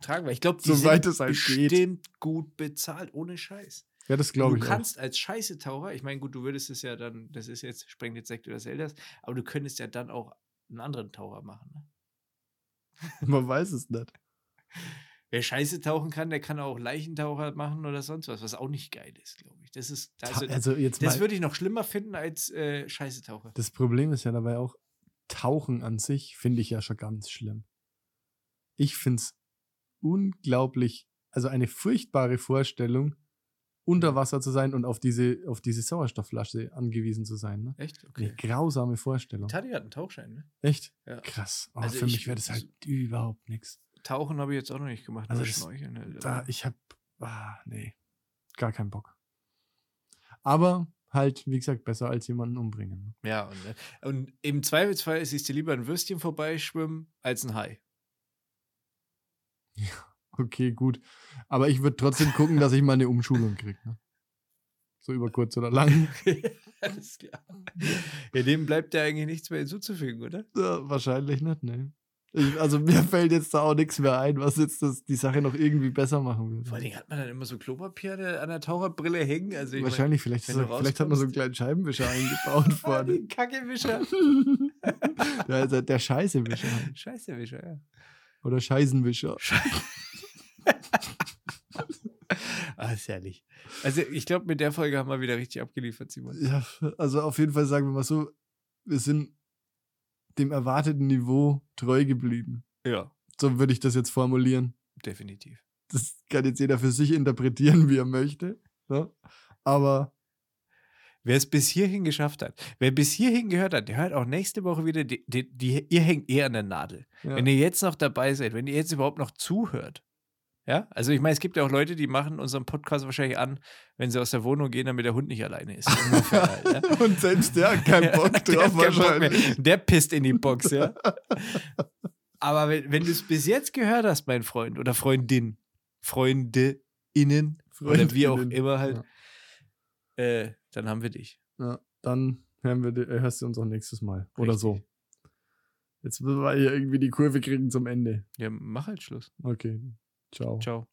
Speaker 1: tragen, weil ich glaube, die
Speaker 2: Soweit
Speaker 1: sind
Speaker 2: es halt geht.
Speaker 1: bestimmt gut bezahlt, ohne Scheiß.
Speaker 2: Ja, das
Speaker 1: Und
Speaker 2: glaube
Speaker 1: du
Speaker 2: ich auch.
Speaker 1: kannst als Scheißetaucher, ich meine, gut, du würdest es ja dann, das ist jetzt, sprengt jetzt Sekt oder Zeldas, aber du könntest ja dann auch einen anderen Taucher machen. Ne?
Speaker 2: Man weiß es nicht.
Speaker 1: Wer Scheiße tauchen kann, der kann auch Leichentaucher machen oder sonst was, was auch nicht geil ist, glaube ich. Das ist,
Speaker 2: Ta-
Speaker 1: also,
Speaker 2: also jetzt
Speaker 1: das
Speaker 2: mal,
Speaker 1: würde ich noch schlimmer finden als äh, Scheißetaucher.
Speaker 2: Das Problem ist ja dabei auch, Tauchen an sich finde ich ja schon ganz schlimm. Ich finde es unglaublich, also eine furchtbare Vorstellung, unter Wasser zu sein und auf diese, auf diese Sauerstoffflasche angewiesen zu sein. Ne?
Speaker 1: Echt?
Speaker 2: Eine
Speaker 1: Okay.
Speaker 2: grausame Vorstellung.
Speaker 1: Tati hat einen Tauchschein, ne?
Speaker 2: Echt?
Speaker 1: Ja.
Speaker 2: Krass. Oh,
Speaker 1: Also
Speaker 2: für
Speaker 1: ich-
Speaker 2: mich wäre das halt überhaupt nichts.
Speaker 1: Tauchen habe ich jetzt auch noch nicht gemacht,
Speaker 2: Also
Speaker 1: nur
Speaker 2: das-
Speaker 1: Schnorcheln halt,
Speaker 2: Da,
Speaker 1: aber-
Speaker 2: ich habe, ah, nee, gar keinen Bock. Aber halt, wie gesagt, besser als jemanden umbringen. Ne?
Speaker 1: Ja, und, äh, und im Zweifelsfall siehst du lieber ein Würstchen vorbeischwimmen als ein Hai.
Speaker 2: Okay, gut. Aber ich würde trotzdem gucken, dass ich mal eine Umschulung kriege. Ne? So über kurz oder lang.
Speaker 1: Alles klar. Ja, dem bleibt ja eigentlich nichts mehr hinzuzufügen, oder?
Speaker 2: Ja, wahrscheinlich nicht, ne? Ich, also mir fällt jetzt da auch nichts mehr ein, was jetzt das, die Sache noch irgendwie besser machen würde.
Speaker 1: Vor allen Dingen hat man dann immer so Klopapier an der- an der Taucherbrille hängen. Also ich mein,
Speaker 2: wahrscheinlich, vielleicht, ist
Speaker 1: wenn
Speaker 2: er,
Speaker 1: du
Speaker 2: vielleicht hat man so einen
Speaker 1: rauskommst-
Speaker 2: kleinen Scheibenwischer eingebaut
Speaker 1: ah,
Speaker 2: vorne.
Speaker 1: die Kackewischer.
Speaker 2: der, ist halt der Scheißewischer. halt.
Speaker 1: Scheißewischer, ja.
Speaker 2: Oder Scheißenwischer.
Speaker 1: Ah, ist herrlich. Also ich glaube, mit der Folge haben wir wieder richtig abgeliefert, Simon.
Speaker 2: Ja, also auf jeden Fall sagen wir mal so, wir sind dem erwarteten Niveau treu geblieben.
Speaker 1: Ja,
Speaker 2: So würde ich das jetzt formulieren.
Speaker 1: definitiv.
Speaker 2: das kann jetzt jeder für sich interpretieren, wie er möchte. Ne? Aber
Speaker 1: Wer es bis hierhin geschafft hat, wer bis hierhin gehört hat, der hört auch nächste Woche wieder, die, die, die, ihr hängt eher an der Nadel.
Speaker 2: ja,
Speaker 1: Wenn ihr jetzt noch dabei seid, wenn ihr jetzt überhaupt noch zuhört. Ja, also ich meine, es gibt ja auch Leute, die machen unseren Podcast wahrscheinlich an, wenn sie aus der Wohnung gehen, damit der Hund nicht alleine ist. Ungefähr halt, ja.
Speaker 2: und selbst der hat keinen Bock
Speaker 1: Der
Speaker 2: drauf
Speaker 1: hat keinen Bock
Speaker 2: wahrscheinlich.
Speaker 1: mehr. Der pisst in die Box, ja. Aber wenn, wenn du es bis jetzt gehört hast, mein Freund oder Freundin, Freunde innen oder wie auch
Speaker 2: Freundinnen.
Speaker 1: immer halt, äh, dann haben wir dich.
Speaker 2: Ja, dann hören wir, die- äh, hörst du uns auch nächstes Mal. Oder
Speaker 1: Richtig.
Speaker 2: so. Jetzt müssen wir hier irgendwie die Kurve kriegen zum Ende.
Speaker 1: Ja, mach halt Schluss.
Speaker 2: Okay. Ciao.
Speaker 1: Ciao.